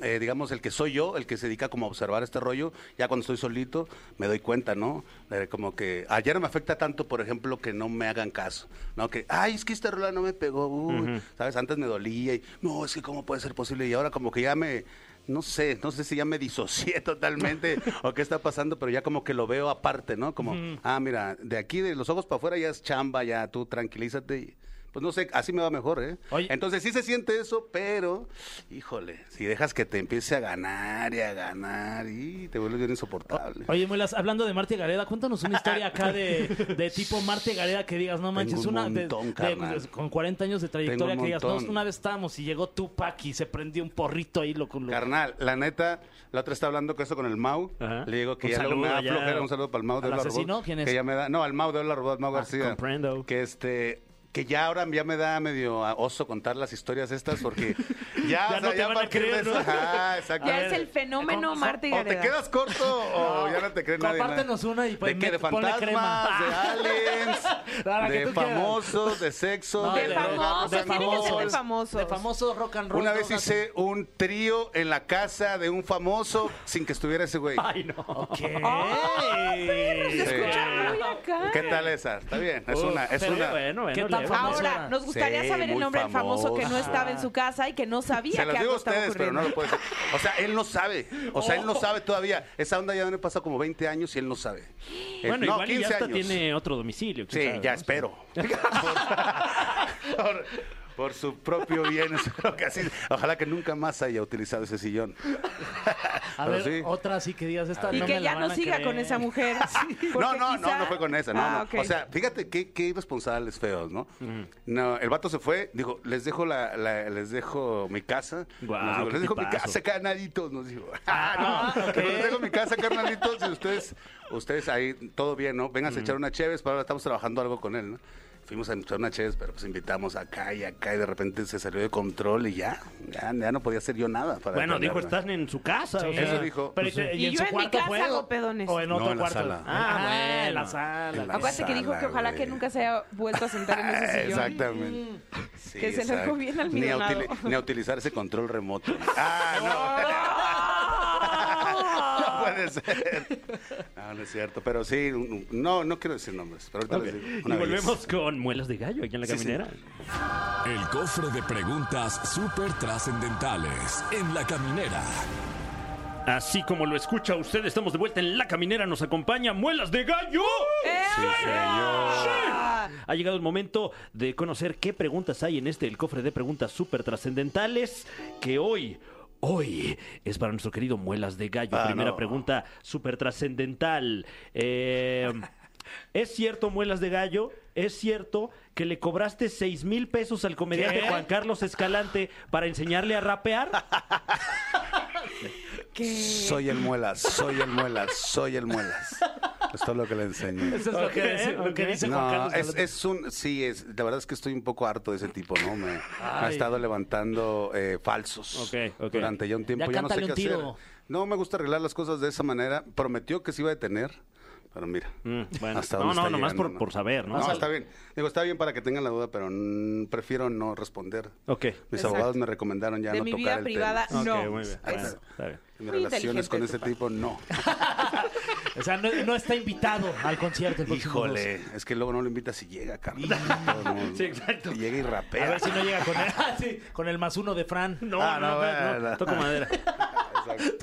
[SPEAKER 6] eh, digamos, el que soy yo, el que se dedica como a observar este rollo, ya cuando estoy solito, me doy cuenta, ¿no? Eh, como que ayer me afecta tanto, por ejemplo, que no me hagan caso, ¿no? Que, ay, es que esta rola no me pegó, uy", ¿sabes? Antes me dolía y, no, es que cómo puede ser posible. Y ahora como que ya me... No sé, no sé si ya me disocié *laughs* totalmente o qué está pasando, pero ya como que lo veo aparte, ¿no? Como, ah, mira, de aquí, de los ojos para afuera ya es chamba, ya tú tranquilízate. y- pues no sé, así me va mejor, ¿eh?
[SPEAKER 3] Oye.
[SPEAKER 6] Entonces sí se siente eso, pero, híjole, si dejas que te empiece a ganar y a ganar y te vuelves bien insoportable.
[SPEAKER 3] Oye, Muelas, hablando de Marte Gareda, cuéntanos una historia acá
[SPEAKER 6] *laughs*
[SPEAKER 3] de, de tipo Marte Gareda que digas, no manches,
[SPEAKER 6] un
[SPEAKER 3] una de-
[SPEAKER 6] montón,
[SPEAKER 3] de- pues,
[SPEAKER 6] carnal.
[SPEAKER 3] con 40 años de trayectoria
[SPEAKER 6] un
[SPEAKER 3] que digas, no,
[SPEAKER 6] montón.
[SPEAKER 3] una vez estábamos y llegó Tupac y se prendió un porrito ahí, loco. loco.
[SPEAKER 6] Carnal, la neta, la otra está hablando con eso con el Mau.
[SPEAKER 4] Ajá.
[SPEAKER 6] Le digo que
[SPEAKER 4] Un
[SPEAKER 6] ya luego me
[SPEAKER 4] saludo
[SPEAKER 6] da
[SPEAKER 4] allá.
[SPEAKER 6] flojera. Un saludo para el Mau de
[SPEAKER 3] ¿Al
[SPEAKER 6] Hola
[SPEAKER 3] asesino?
[SPEAKER 6] Robot,
[SPEAKER 3] ¿Quién es? Ah,
[SPEAKER 6] Que ya me da, no, al Mau de Hola Robot, Mau García.
[SPEAKER 4] comprendo.
[SPEAKER 6] Que este. Que ya ahora ya me da medio a- oso contar las historias
[SPEAKER 3] *laughs*
[SPEAKER 6] estas porque ya,
[SPEAKER 3] Ya
[SPEAKER 6] o sea,
[SPEAKER 3] no te
[SPEAKER 6] ya
[SPEAKER 3] van a
[SPEAKER 6] partir
[SPEAKER 3] creer,
[SPEAKER 6] de
[SPEAKER 3] ¿no?
[SPEAKER 6] eso- Ajá, exacto.
[SPEAKER 2] Ya es el fenómeno Marta y
[SPEAKER 6] O te
[SPEAKER 2] Gareda.
[SPEAKER 6] quedas corto o ya no te cree nadie.
[SPEAKER 3] Compártenos
[SPEAKER 6] nada.
[SPEAKER 3] una y
[SPEAKER 6] ¿De qué?
[SPEAKER 3] ponle
[SPEAKER 6] ¿De fantasmas?
[SPEAKER 3] crema.
[SPEAKER 6] ¿De
[SPEAKER 3] La
[SPEAKER 6] aliens?
[SPEAKER 3] que
[SPEAKER 6] ¿De
[SPEAKER 3] tú quieras.
[SPEAKER 6] famosos? ¿De sexo?
[SPEAKER 3] No,
[SPEAKER 2] De
[SPEAKER 6] drogas,
[SPEAKER 2] famosos,
[SPEAKER 6] rock and
[SPEAKER 2] tiene que ser de
[SPEAKER 6] roll?
[SPEAKER 2] famosos.
[SPEAKER 3] De famoso rock and roll.
[SPEAKER 6] Una vez
[SPEAKER 3] drogas.
[SPEAKER 6] hice un trío en la casa de un famoso sin que estuviera ese güey.
[SPEAKER 4] Ay, no.
[SPEAKER 2] Ah, Se
[SPEAKER 6] Sí.
[SPEAKER 2] escucha muy acá.
[SPEAKER 6] ¿Qué tal esa? Está bien, es una, es
[SPEAKER 4] Pero
[SPEAKER 6] una.
[SPEAKER 4] bueno, bueno,
[SPEAKER 3] ¿Qué tan
[SPEAKER 4] leve.
[SPEAKER 3] famoso?
[SPEAKER 2] Ahora, nos gustaría
[SPEAKER 6] Sí,
[SPEAKER 2] saber el
[SPEAKER 6] muy
[SPEAKER 2] nombre del famoso que no
[SPEAKER 6] famosa.
[SPEAKER 2] estaba en su casa y que no sabía
[SPEAKER 6] Se
[SPEAKER 2] que
[SPEAKER 6] las digo
[SPEAKER 2] algo
[SPEAKER 6] a
[SPEAKER 2] estaba
[SPEAKER 6] ustedes, pero
[SPEAKER 2] ocurriendo.
[SPEAKER 6] no lo puedo decir. O sea, él no sabe. O sea, él no sabe todavía. Esa onda ya me pasado como 20 años y él no sabe. Eh,
[SPEAKER 4] Bueno,
[SPEAKER 6] no,
[SPEAKER 4] igual y ya
[SPEAKER 6] 15
[SPEAKER 4] hasta
[SPEAKER 6] años.
[SPEAKER 4] tiene otro domicilio.
[SPEAKER 6] Sí,
[SPEAKER 4] quién sabe,
[SPEAKER 6] ya
[SPEAKER 4] ¿no?
[SPEAKER 6] espero. Por- por- Por su propio bien, *laughs* espero que así- Ojalá que nunca más haya utilizado ese sillón.
[SPEAKER 7] A
[SPEAKER 6] Pero
[SPEAKER 7] ver,
[SPEAKER 6] sí.
[SPEAKER 7] otra así que digas esta.
[SPEAKER 2] Y
[SPEAKER 7] no
[SPEAKER 2] que
[SPEAKER 7] me
[SPEAKER 2] ya
[SPEAKER 7] la
[SPEAKER 2] no
[SPEAKER 7] van a
[SPEAKER 2] siga
[SPEAKER 7] creer.
[SPEAKER 2] con esa
[SPEAKER 6] *laughs*
[SPEAKER 2] mujer.
[SPEAKER 6] No,
[SPEAKER 2] *laughs* Porque
[SPEAKER 6] no, no,
[SPEAKER 2] quizá-
[SPEAKER 6] no fue con esa, no,
[SPEAKER 2] Ah,
[SPEAKER 6] no.
[SPEAKER 2] ok.
[SPEAKER 6] O sea, fíjate qué, qué irresponsables feos, ¿no? No, el vato se fue, dijo, les dejo la, la- les dejo mi casa.
[SPEAKER 4] Guau,
[SPEAKER 6] Nos dijo,
[SPEAKER 4] qué
[SPEAKER 6] les dejo mi
[SPEAKER 4] tipazo.
[SPEAKER 6] casa, carnalitos, nos dijo. *laughs* Ah, no, les dejo mi casa, carnalitos, y ustedes, ustedes ahí, todo bien, ¿no? Vengan a echar una chévez, pero ahora estamos trabajando algo con él, ¿no? Fuimos a echar una chévez, pero pues invitamos acá y acá, y de repente se salió de control y ya, ya, ya no podía hacer yo nada para
[SPEAKER 4] Bueno,
[SPEAKER 6] detenerlo.
[SPEAKER 4] dijo, están en su casa. o
[SPEAKER 7] Sí.
[SPEAKER 4] sea.
[SPEAKER 6] Eso dijo.
[SPEAKER 7] Pero,
[SPEAKER 6] Pues,
[SPEAKER 7] ¿y-
[SPEAKER 2] Y
[SPEAKER 7] en
[SPEAKER 2] yo
[SPEAKER 7] su
[SPEAKER 2] en mi
[SPEAKER 7] cuarto
[SPEAKER 2] casa
[SPEAKER 7] fue,
[SPEAKER 2] hago
[SPEAKER 7] o-
[SPEAKER 2] pedones.
[SPEAKER 7] O en
[SPEAKER 6] No,
[SPEAKER 7] otro
[SPEAKER 6] en la
[SPEAKER 7] cuarto.
[SPEAKER 6] sala.
[SPEAKER 7] Ah,
[SPEAKER 2] Ah,
[SPEAKER 7] bueno, en
[SPEAKER 2] bueno.
[SPEAKER 7] la sala.
[SPEAKER 6] En la
[SPEAKER 2] Acuérdate que dijo
[SPEAKER 6] sala,
[SPEAKER 2] que ojalá que
[SPEAKER 6] güey.
[SPEAKER 2] nunca se haya vuelto a sentar en ese sillón.
[SPEAKER 6] Eh,
[SPEAKER 2] Mm.
[SPEAKER 6] Exactamente. Sí,
[SPEAKER 2] Que se le
[SPEAKER 6] exacto.
[SPEAKER 2] conviene al
[SPEAKER 6] ni, a
[SPEAKER 2] millonado.
[SPEAKER 6] utili- ni a utilizar ese
[SPEAKER 2] *laughs*
[SPEAKER 6] control remoto.
[SPEAKER 2] ¡Oh!
[SPEAKER 6] Ah, no. no puede ser. No, no es cierto. Pero sí, un- un- no, no quiero decir nombres. Pero ahorita
[SPEAKER 4] Ok.
[SPEAKER 6] les *laughs* digo.
[SPEAKER 4] Y
[SPEAKER 6] una vez.
[SPEAKER 4] volvemos con muelas de gallo allá en la
[SPEAKER 6] Sí, sí.
[SPEAKER 4] caminera.
[SPEAKER 1] El cofre de preguntas súper trascendentales en la caminera.
[SPEAKER 4] Así como lo escucha usted, estamos de vuelta en la caminera. Nos acompaña muelas de gallo.
[SPEAKER 2] ¡Eh!
[SPEAKER 4] Sí. Ha llegado el momento de conocer qué preguntas hay en este el cofre de preguntas súper trascendentales que hoy. Hoy es para nuestro querido Muelas de Gallo.
[SPEAKER 6] Ah,
[SPEAKER 4] Primera
[SPEAKER 6] no.
[SPEAKER 4] pregunta súper trascendental.
[SPEAKER 6] *laughs*
[SPEAKER 4] Eh, ¿Es cierto, Muelas de Gallo? ¿Es cierto que le cobraste 6 mil pesos al comediante
[SPEAKER 7] ¿Qué?
[SPEAKER 4] Juan Carlos Escalante para enseñarle a rapear?
[SPEAKER 6] Soy el muelas, soy el muelas, soy el
[SPEAKER 2] *laughs*
[SPEAKER 6] muelas. Esto es todo lo que le enseño.
[SPEAKER 7] Eso es lo que, dice- lo que dice Juan
[SPEAKER 6] No,
[SPEAKER 7] Carlos.
[SPEAKER 6] es, es un, sí, es, la verdad es que estoy un poco harto de ese tipo, ¿no? Me, me ha
[SPEAKER 7] Ay.
[SPEAKER 6] estado levantando eh, falsos
[SPEAKER 4] Ok, ok.
[SPEAKER 6] durante ya un tiempo,
[SPEAKER 7] Ya
[SPEAKER 6] ya, no sé
[SPEAKER 7] cántale
[SPEAKER 6] qué
[SPEAKER 7] un tiro.
[SPEAKER 6] hacer. No me gusta arreglar las cosas de esa manera. Prometió que se iba a detener, pero mira.
[SPEAKER 4] Mm, bueno.
[SPEAKER 6] hasta
[SPEAKER 4] No,
[SPEAKER 6] dónde
[SPEAKER 4] no,
[SPEAKER 6] está
[SPEAKER 4] nomás
[SPEAKER 6] llegando,
[SPEAKER 4] por- por saber, ¿no?
[SPEAKER 6] No,
[SPEAKER 4] Pásale.
[SPEAKER 6] está bien. Digo, está bien para que tengan la duda, pero mm, prefiero no responder.
[SPEAKER 4] Ok.
[SPEAKER 6] Mis
[SPEAKER 2] Exacto.
[SPEAKER 6] abogados me recomendaron ya
[SPEAKER 2] De
[SPEAKER 6] no
[SPEAKER 2] mi
[SPEAKER 6] tocar
[SPEAKER 2] vida
[SPEAKER 6] el
[SPEAKER 2] privada,
[SPEAKER 6] tema.
[SPEAKER 2] no.
[SPEAKER 4] Ok, muy bien.
[SPEAKER 2] Es-
[SPEAKER 4] Bueno, está bien.
[SPEAKER 6] Mis
[SPEAKER 2] Muy
[SPEAKER 6] relaciones
[SPEAKER 2] inteligente
[SPEAKER 6] con
[SPEAKER 2] tu
[SPEAKER 6] ese
[SPEAKER 2] papá.
[SPEAKER 6] tipo,
[SPEAKER 7] *laughs*
[SPEAKER 6] no.
[SPEAKER 7] O sea, no, no está invitado al concierto. el próximo dos.
[SPEAKER 6] Híjole, es que luego no lo invitas y
[SPEAKER 7] *laughs*
[SPEAKER 6] llega, Carlos. No, no.
[SPEAKER 4] Sí, exacto.
[SPEAKER 6] Y llega y rapea.
[SPEAKER 7] A ver si no llega con el, *laughs* ah, sí, con el más uno de Fran.
[SPEAKER 4] No,
[SPEAKER 6] Ah,
[SPEAKER 4] no,
[SPEAKER 6] no,
[SPEAKER 4] no,
[SPEAKER 6] bueno.
[SPEAKER 4] no, toco madera.
[SPEAKER 6] *laughs*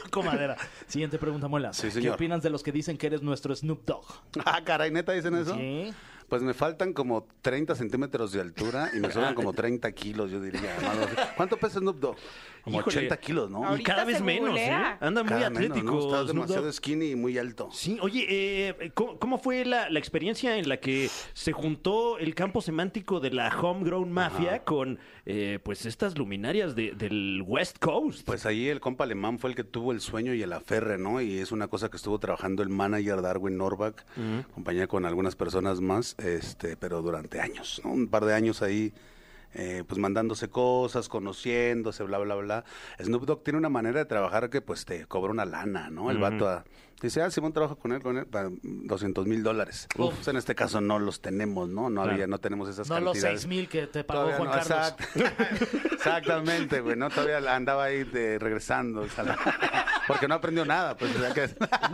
[SPEAKER 7] Toco madera. Siguiente pregunta, Muela.
[SPEAKER 6] Sí,
[SPEAKER 7] ¿Qué
[SPEAKER 6] señor.
[SPEAKER 7] opinas de los que dicen que eres nuestro Snoop Dogg?
[SPEAKER 6] *laughs* Ah, caray, neta, dicen eso.
[SPEAKER 7] Sí.
[SPEAKER 6] Pues me faltan como 30 centímetros de altura y me sobran como 30 kilos, yo diría. algo así. ¿Cuánto pesa Snoop Dogg? Como
[SPEAKER 4] Híjole.
[SPEAKER 6] 80 kilos, ¿no?
[SPEAKER 4] Y
[SPEAKER 2] Ahorita
[SPEAKER 4] cada vez
[SPEAKER 2] se
[SPEAKER 4] menos, ¿eh?
[SPEAKER 2] googlea.
[SPEAKER 4] Anda muy
[SPEAKER 6] Cada menos,
[SPEAKER 4] atlético.
[SPEAKER 6] ¿no? Estás
[SPEAKER 4] Snoop Dogg.
[SPEAKER 6] demasiado skinny y muy alto.
[SPEAKER 4] Sí, oye, eh, ¿cómo, cómo fue la, la experiencia en la que se juntó el campo semántico de la homegrown mafia con eh, pues estas luminarias de- del West Coast?
[SPEAKER 6] Pues ahí el compa alemán fue el que tuvo el sueño y el aferre, ¿no? Y es una cosa que estuvo trabajando el manager Darwin Norback, compañía con algunas personas más, este, pero durante años, ¿no? Un par de años ahí, eh, pues mandándose cosas, conociéndose, bla, bla, bla. Snoop Dogg tiene una manera de trabajar que pues te cobra una lana, ¿no? El vato a- dice, ah, Simón trabaja con él, con él, para 200 mil dólares. Pues en este caso no los tenemos, ¿no? No, había, no tenemos esas
[SPEAKER 7] No los
[SPEAKER 6] cantidades.
[SPEAKER 7] 6 mil que te pagó
[SPEAKER 6] Todavía
[SPEAKER 7] Juan
[SPEAKER 6] no,
[SPEAKER 7] Carlos.
[SPEAKER 6] exact- *laughs* Exactamente, güey. No, todavía la- andaba ahí de- regresando. o sea, *laughs* la- porque no aprendió nada. Pues, o sea, que- *laughs*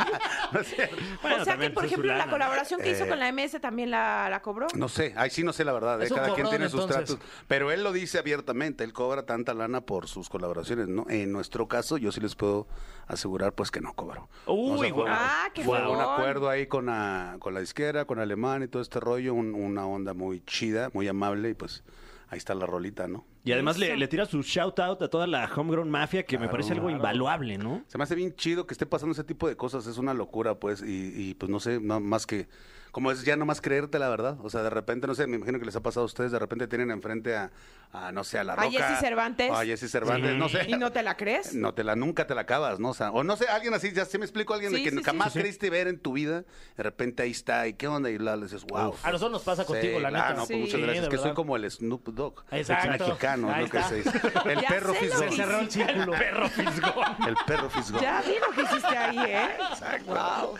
[SPEAKER 6] no, es cierto.
[SPEAKER 4] Bueno,
[SPEAKER 2] o sea que,
[SPEAKER 4] también
[SPEAKER 2] por
[SPEAKER 4] fue su
[SPEAKER 2] ejemplo, la
[SPEAKER 4] lana.
[SPEAKER 2] colaboración que hizo
[SPEAKER 6] Eh,
[SPEAKER 2] con la MS también la, la cobró.
[SPEAKER 6] No sé, ahí sí no sé la verdad. ¿eh?
[SPEAKER 7] Es un
[SPEAKER 6] Cada quien
[SPEAKER 7] cobrón,
[SPEAKER 6] tiene sus
[SPEAKER 7] entonces.
[SPEAKER 6] tratos. Pero él lo dice abiertamente. Él cobra tanta lana por sus colaboraciones. ¿no? En nuestro caso, yo sí les puedo asegurar pues que no cobro.
[SPEAKER 4] Uy, guau.
[SPEAKER 2] Ah, qué
[SPEAKER 6] Fue un
[SPEAKER 2] fregón.
[SPEAKER 6] acuerdo ahí con la, con la disquera, con Alemán y todo este rollo. un- una onda muy chida, muy amable. Y pues ahí está la rolita, ¿no?
[SPEAKER 4] Y además le, le tira su shout out a toda la homegrown mafia que me parece algo invaluable, ¿no?
[SPEAKER 6] Se me hace bien chido que esté pasando ese tipo de cosas, es una locura, pues, y, y, pues no sé, no- más que, como es ya nomás creerte la verdad, o sea, de repente, no sé, me imagino que les ha pasado a ustedes, de repente tienen enfrente a, a, no sé, a La
[SPEAKER 2] A
[SPEAKER 6] Roca.
[SPEAKER 2] Jesse Cervantes.
[SPEAKER 6] A Jesse Cervantes, no sé.
[SPEAKER 2] ¿Y no te la crees?
[SPEAKER 6] No te la, nunca te la acabas, ¿no? O sea, o no sé, alguien así, ya se me explico, alguien
[SPEAKER 2] Sí,
[SPEAKER 6] que
[SPEAKER 2] sí, sí.
[SPEAKER 6] jamás
[SPEAKER 2] Sí, sí.
[SPEAKER 6] creíste ver en tu vida, de repente ahí está, y qué onda, y bla, le dices, wow.
[SPEAKER 7] A nosotros nos pasa contigo, la neta.
[SPEAKER 6] claro, no, pues,
[SPEAKER 2] Sí,
[SPEAKER 6] muchas gracias,
[SPEAKER 7] de
[SPEAKER 6] es que soy
[SPEAKER 7] verdad.
[SPEAKER 6] como el Snoop Dogg.
[SPEAKER 7] Exacto.
[SPEAKER 6] Mexicano, es
[SPEAKER 7] Ahí
[SPEAKER 6] lo que
[SPEAKER 7] está.
[SPEAKER 6] se dice.
[SPEAKER 2] *laughs*
[SPEAKER 6] El
[SPEAKER 2] Ya
[SPEAKER 6] perro
[SPEAKER 2] sé lo
[SPEAKER 6] fisgón.
[SPEAKER 7] Se cerró el círculo.
[SPEAKER 3] *laughs*
[SPEAKER 6] El perro fisgón.
[SPEAKER 2] Ya vi lo que hiciste ahí, ¿eh? Wow.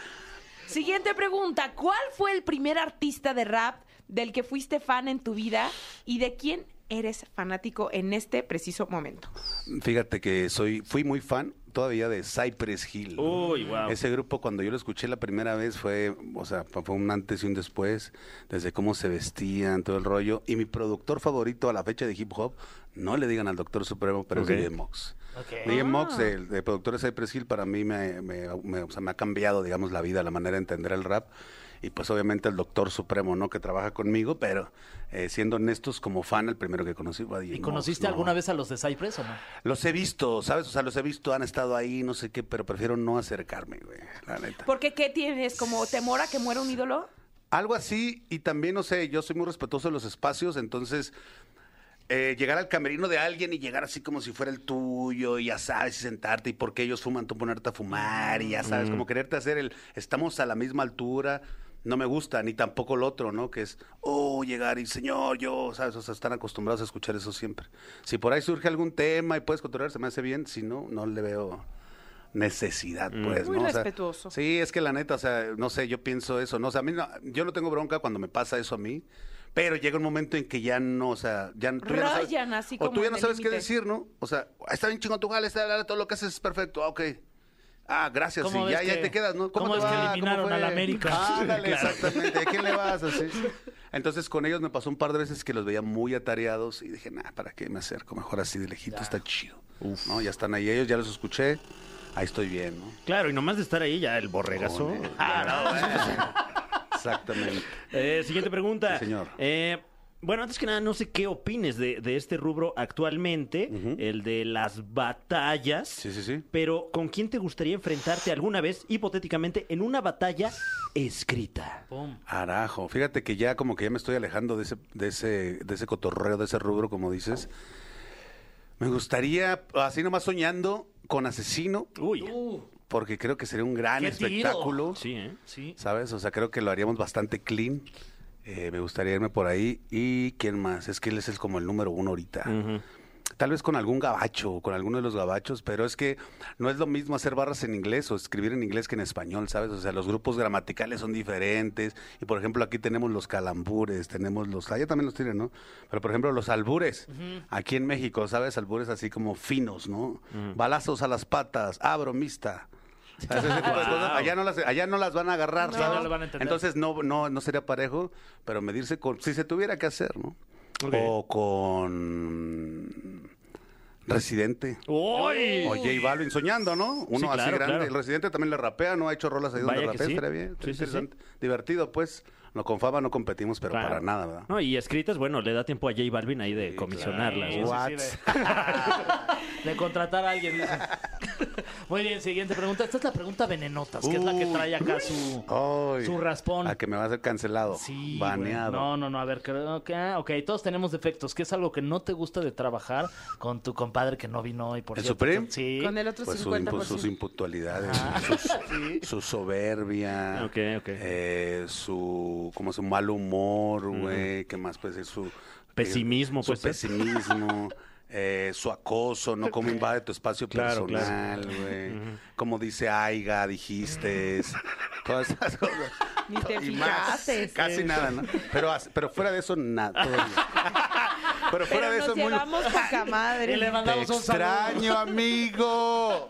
[SPEAKER 2] Siguiente pregunta. ¿Cuál fue el primer artista de rap del que fuiste fan en tu vida y de quién eres fanático en este preciso momento?
[SPEAKER 6] Fíjate que soy, fui muy fan todavía de Cypress Hill.
[SPEAKER 3] Oh,
[SPEAKER 4] Uy, wow.
[SPEAKER 6] Ese grupo cuando yo lo escuché la primera vez fue, o sea, fue un antes y un después, desde cómo se vestían, todo el rollo. Y mi productor favorito a la fecha de hip hop, no le digan al Doctor Supremo, pero
[SPEAKER 4] Ok.
[SPEAKER 6] es DJ Mox.
[SPEAKER 3] Eh. Ah.
[SPEAKER 6] DJ Mox, el, el productor de Cypress Hill, para mí me, me- me- o sea, me ha cambiado, digamos, la vida, la manera de entender el rap. Y pues obviamente el doctor supremo, ¿no? Que trabaja conmigo, pero eh, siendo honestos, como fan, el primero que conocí fue a DJ
[SPEAKER 3] ¿Y
[SPEAKER 6] Mox,
[SPEAKER 3] conociste
[SPEAKER 6] ¿no?
[SPEAKER 3] alguna vez a los de Cypress o no?
[SPEAKER 6] Los he visto, ¿sabes? O sea, los he visto, han estado ahí, no sé qué, pero prefiero no acercarme, güey, la neta.
[SPEAKER 2] Porque qué tienes, como temor a que muera un ídolo.
[SPEAKER 6] Algo así, y también, no sé, yo soy muy respetuoso de los espacios, entonces eh, llegar al camerino de alguien y llegar así como si fuera el tuyo, y ya sabes, y sentarte, y porque ellos fuman, tú ponerte a fumar, y ya sabes, como quererte hacer el estamos a la misma altura. No me gusta, ni tampoco el otro, ¿no? Que es, oh, llegar y señor, yo, ¿sabes? O sea, están acostumbrados a escuchar eso siempre. Si por ahí surge algún tema y puedes controlar, se me hace bien. Si no, no le veo necesidad, pues.
[SPEAKER 2] Muy
[SPEAKER 6] ¿no? O sea,
[SPEAKER 2] respetuoso.
[SPEAKER 6] sí, es que la neta, o sea, no sé, yo pienso eso, ¿no? O sea, a mí no- yo no tengo bronca cuando me pasa eso a mí, pero llega un momento en que ya no, o sea, ya tú ya no sabes-
[SPEAKER 2] Rayan así
[SPEAKER 6] O
[SPEAKER 2] como
[SPEAKER 6] tú ya
[SPEAKER 2] en
[SPEAKER 6] no
[SPEAKER 2] el
[SPEAKER 6] sabes qué
[SPEAKER 2] límite.
[SPEAKER 6] decir, ¿no? O sea, está bien chingón tu jale, está todo lo que haces es perfecto, ah, ok. Ah, gracias,
[SPEAKER 7] ¿Cómo
[SPEAKER 6] sí, ya,
[SPEAKER 7] ves
[SPEAKER 6] ya
[SPEAKER 7] que-
[SPEAKER 6] te quedas, ¿no?
[SPEAKER 7] cómo
[SPEAKER 6] te
[SPEAKER 7] ves que
[SPEAKER 6] va?
[SPEAKER 7] eliminaron
[SPEAKER 6] fue?
[SPEAKER 7] al América? *laughs*
[SPEAKER 6] Ándale,
[SPEAKER 7] Claro.
[SPEAKER 6] exactamente. ¿A quién le vas? Así. Entonces, con ellos me pasó un par de veces que los veía muy atareados y dije, nah, ¿para qué me acerco? Mejor así de lejito, está chido. ¿No? Ya están ahí ellos, ya los escuché, ahí estoy bien, ¿no?
[SPEAKER 4] Claro, y nomás de estar ahí ya el borregazo.
[SPEAKER 6] Con- Ah, no, eh. *laughs* Exactamente.
[SPEAKER 4] Eh, siguiente pregunta.
[SPEAKER 6] Sí, señor.
[SPEAKER 4] Eh, bueno, antes que nada, no sé qué opines de, de este rubro actualmente, el de las batallas.
[SPEAKER 6] Sí, sí, sí.
[SPEAKER 4] Pero, ¿con quién te gustaría enfrentarte alguna vez, hipotéticamente, en una batalla escrita?
[SPEAKER 6] Arajo, fíjate que ya como que ya me estoy alejando de ese, de ese, de ese cotorreo, de ese rubro, como dices. Me gustaría, así nomás soñando, con asesino,
[SPEAKER 4] Uy.
[SPEAKER 6] porque creo que sería un gran
[SPEAKER 7] ¡Qué tiro!
[SPEAKER 6] espectáculo.
[SPEAKER 4] Sí, ¿eh?
[SPEAKER 7] Sí.
[SPEAKER 6] ¿Sabes? O sea, creo que lo haríamos bastante clean. Eh, me gustaría irme por ahí. ¿Y quién más? Es que él es el- como el número uno ahorita.
[SPEAKER 7] Mm.
[SPEAKER 6] Tal vez con algún gabacho, con alguno de los gabachos, pero es que no es lo mismo hacer barras en inglés o escribir en inglés que en español, ¿sabes? O sea, los grupos gramaticales son diferentes. Y por ejemplo, aquí tenemos los calambures, tenemos los. Allá también los tienen, ¿no? Pero por ejemplo, los albures. Aquí en México, ¿sabes? Albures así como finos, ¿no? Balazos a las patas,
[SPEAKER 7] *laughs*
[SPEAKER 6] ah, bromista. ¿Sabes? Ese tipo de cosas. Allá, no las, allá no las van a agarrar,
[SPEAKER 7] No.
[SPEAKER 6] ¿sabes?
[SPEAKER 7] No lo van a entender.
[SPEAKER 6] Entonces no, no, no sería parejo, pero medirse con. Si se tuviera que hacer, ¿no?
[SPEAKER 4] Ok.
[SPEAKER 6] O con. Residente.
[SPEAKER 4] ¡Uy!
[SPEAKER 6] O J Balvin soñando, ¿no? Uno así
[SPEAKER 4] claro,
[SPEAKER 6] grande.
[SPEAKER 4] claro.
[SPEAKER 6] El residente también le rapea, ¿no? Ha hecho rolas ahí donde
[SPEAKER 4] Vaya que
[SPEAKER 6] rapea,
[SPEAKER 4] sí.
[SPEAKER 6] estaría bien.
[SPEAKER 4] Sí, sí, sí.
[SPEAKER 6] interesante. Divertido, pues. No, con Faba no competimos, pero
[SPEAKER 4] Claro.
[SPEAKER 6] para nada, ¿verdad?
[SPEAKER 4] Ah. No, y escritas, bueno, le da tiempo a J Balvin ahí de comisionarlas. ¿no?
[SPEAKER 7] Sí, sí, sí,
[SPEAKER 3] *laughs*
[SPEAKER 7] de, de contratar a alguien. *laughs* dice. Muy bien, siguiente pregunta. Esta es la pregunta venenotas, que es la que
[SPEAKER 6] Uy. Oh,
[SPEAKER 7] trae acá su,
[SPEAKER 6] Ay.
[SPEAKER 7] su raspón.
[SPEAKER 6] A que me va a ser cancelado.
[SPEAKER 7] Sí, güey.
[SPEAKER 6] Baneado.
[SPEAKER 3] No, no, no, a ver, creo que... ah, Ok, todos tenemos defectos, que es algo que no te gusta de trabajar con tu compadre que no vino hoy, por
[SPEAKER 6] ¿El
[SPEAKER 3] cierto,
[SPEAKER 6] Supreme?
[SPEAKER 3] que- Sí.
[SPEAKER 2] Con el otro
[SPEAKER 6] Pues su
[SPEAKER 2] 50%.
[SPEAKER 6] impu- sus impuntualidades,
[SPEAKER 4] *laughs*
[SPEAKER 6] sus- su soberbia,
[SPEAKER 4] Ok, ok.
[SPEAKER 6] eh, su como su mal humor, güey, ¿qué más puede ser? Su
[SPEAKER 4] Pesimismo,
[SPEAKER 6] su
[SPEAKER 4] pues, ¿eh?
[SPEAKER 6] pesimismo, *laughs* eh, su acoso, ¿no? Cómo invade tu espacio
[SPEAKER 4] Claro, claro.
[SPEAKER 6] personal, güey. Como dice Aiga, dijiste,
[SPEAKER 4] *laughs*
[SPEAKER 6] todas esas cosas.
[SPEAKER 2] Ni te
[SPEAKER 6] Y más,
[SPEAKER 2] fijaste.
[SPEAKER 6] Casi nada, ¿no? Pero, as- pero fuera de eso,
[SPEAKER 2] *laughs*
[SPEAKER 6] nada. todo bien. Pero fuera
[SPEAKER 2] Pero
[SPEAKER 6] de eso,
[SPEAKER 2] nos
[SPEAKER 6] muy...
[SPEAKER 2] llevamos poca madre.
[SPEAKER 3] Y le
[SPEAKER 6] Te
[SPEAKER 3] mandamos un saludo.
[SPEAKER 6] extraño, amigo.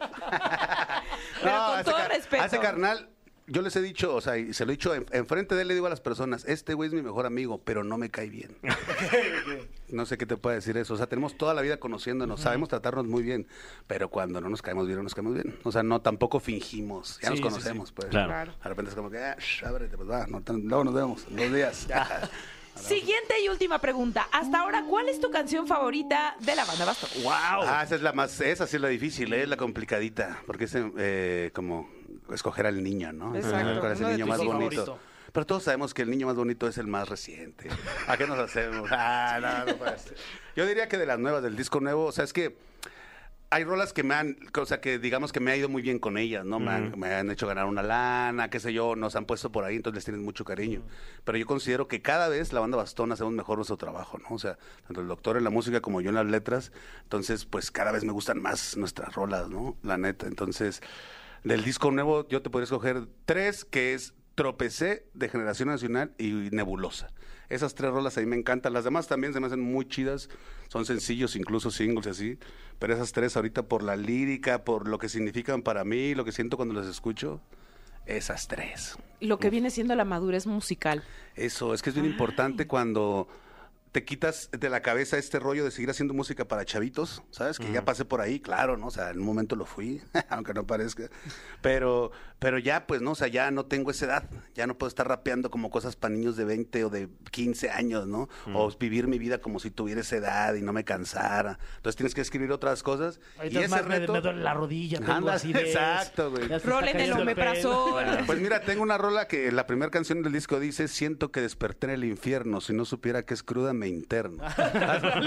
[SPEAKER 2] Pero con
[SPEAKER 6] ese
[SPEAKER 2] todo
[SPEAKER 6] car-
[SPEAKER 2] respeto.
[SPEAKER 6] a ese carnal, yo les he dicho, o sea, y se lo he dicho en- enfrente de él, le digo a las personas, este güey es mi mejor amigo, pero no me cae bien. No sé qué te puede decir eso. O sea, tenemos toda la vida conociéndonos, sabemos tratarnos muy bien, pero cuando no nos caemos bien, no nos caemos bien. O sea, no, tampoco fingimos, ya nos conocemos, pues.
[SPEAKER 4] Claro.
[SPEAKER 2] Claro.
[SPEAKER 6] De repente es como que, ah, sh, ábrete, pues va, no tan- luego nos vemos, en dos días.
[SPEAKER 2] Siguiente y última pregunta. Hasta ahora, ¿cuál es tu canción favorita de la banda Bastón?
[SPEAKER 4] ¡Wow!
[SPEAKER 6] *laughs* Ah, esa es la más, esa sí es la difícil, ¿eh? es la complicadita, porque es eh, como escoger al niño, ¿no?
[SPEAKER 2] Exacto,
[SPEAKER 6] ¿Cuál es el
[SPEAKER 2] uno de
[SPEAKER 6] niño
[SPEAKER 2] tus
[SPEAKER 6] más
[SPEAKER 2] hijos
[SPEAKER 6] bonito?
[SPEAKER 7] favorito.
[SPEAKER 6] Pero todos sabemos que el niño más bonito es el más reciente. ¿A qué nos hacemos? *laughs* Ah, no, no puede ser. Yo diría que de las nuevas, del disco nuevo, o sea, es que hay rolas que me han, o sea, que digamos que me ha ido muy bien con ellas, ¿no? Me, han, me han hecho ganar una lana, qué sé yo, nos han puesto por ahí, entonces les tienen mucho cariño. Pero yo considero que cada vez la banda Bastón hacemos mejor nuestro trabajo, ¿no? O sea, tanto el doctor en la música como yo en las letras, entonces, pues cada vez me gustan más nuestras rolas, ¿no? La neta, entonces, del disco nuevo yo te podría escoger tres, que es Tropecé, de Generación Nacional y Nebulosa. Esas tres rolas a mí me encantan. Las demás también se me hacen muy chidas. Son sencillos, incluso singles y así. Pero esas tres ahorita por la lírica, por lo que significan para mí, lo que siento cuando las escucho, esas tres.
[SPEAKER 2] Lo que viene siendo la madurez musical.
[SPEAKER 6] Eso, es que es bien importante cuando te quitas de la cabeza este rollo de seguir haciendo música para chavitos, ¿sabes? Que ya pasé por ahí, claro, ¿no? O sea, en un momento lo fui, *laughs* aunque no parezca. Pero, pero ya, pues, ¿no? O sea, ya no tengo esa edad. Ya no puedo estar rapeando como cosas para niños de 20 o de 15 años, ¿no? O vivir mi vida como si tuviera esa edad y no me cansara. Entonces tienes que escribir otras cosas.
[SPEAKER 3] Ahorita
[SPEAKER 6] y
[SPEAKER 3] es más, me- me, duele la rodilla, tengo
[SPEAKER 6] Anda,
[SPEAKER 3] acidez.
[SPEAKER 6] exacto, güey.
[SPEAKER 3] Ya se está
[SPEAKER 2] Rolen el
[SPEAKER 3] cayendo el pelo.
[SPEAKER 2] omeprazol.
[SPEAKER 6] Pues mira, tengo una rola que la primera canción del disco dice, siento que desperté en el infierno, si no supiera que es cruda me interno.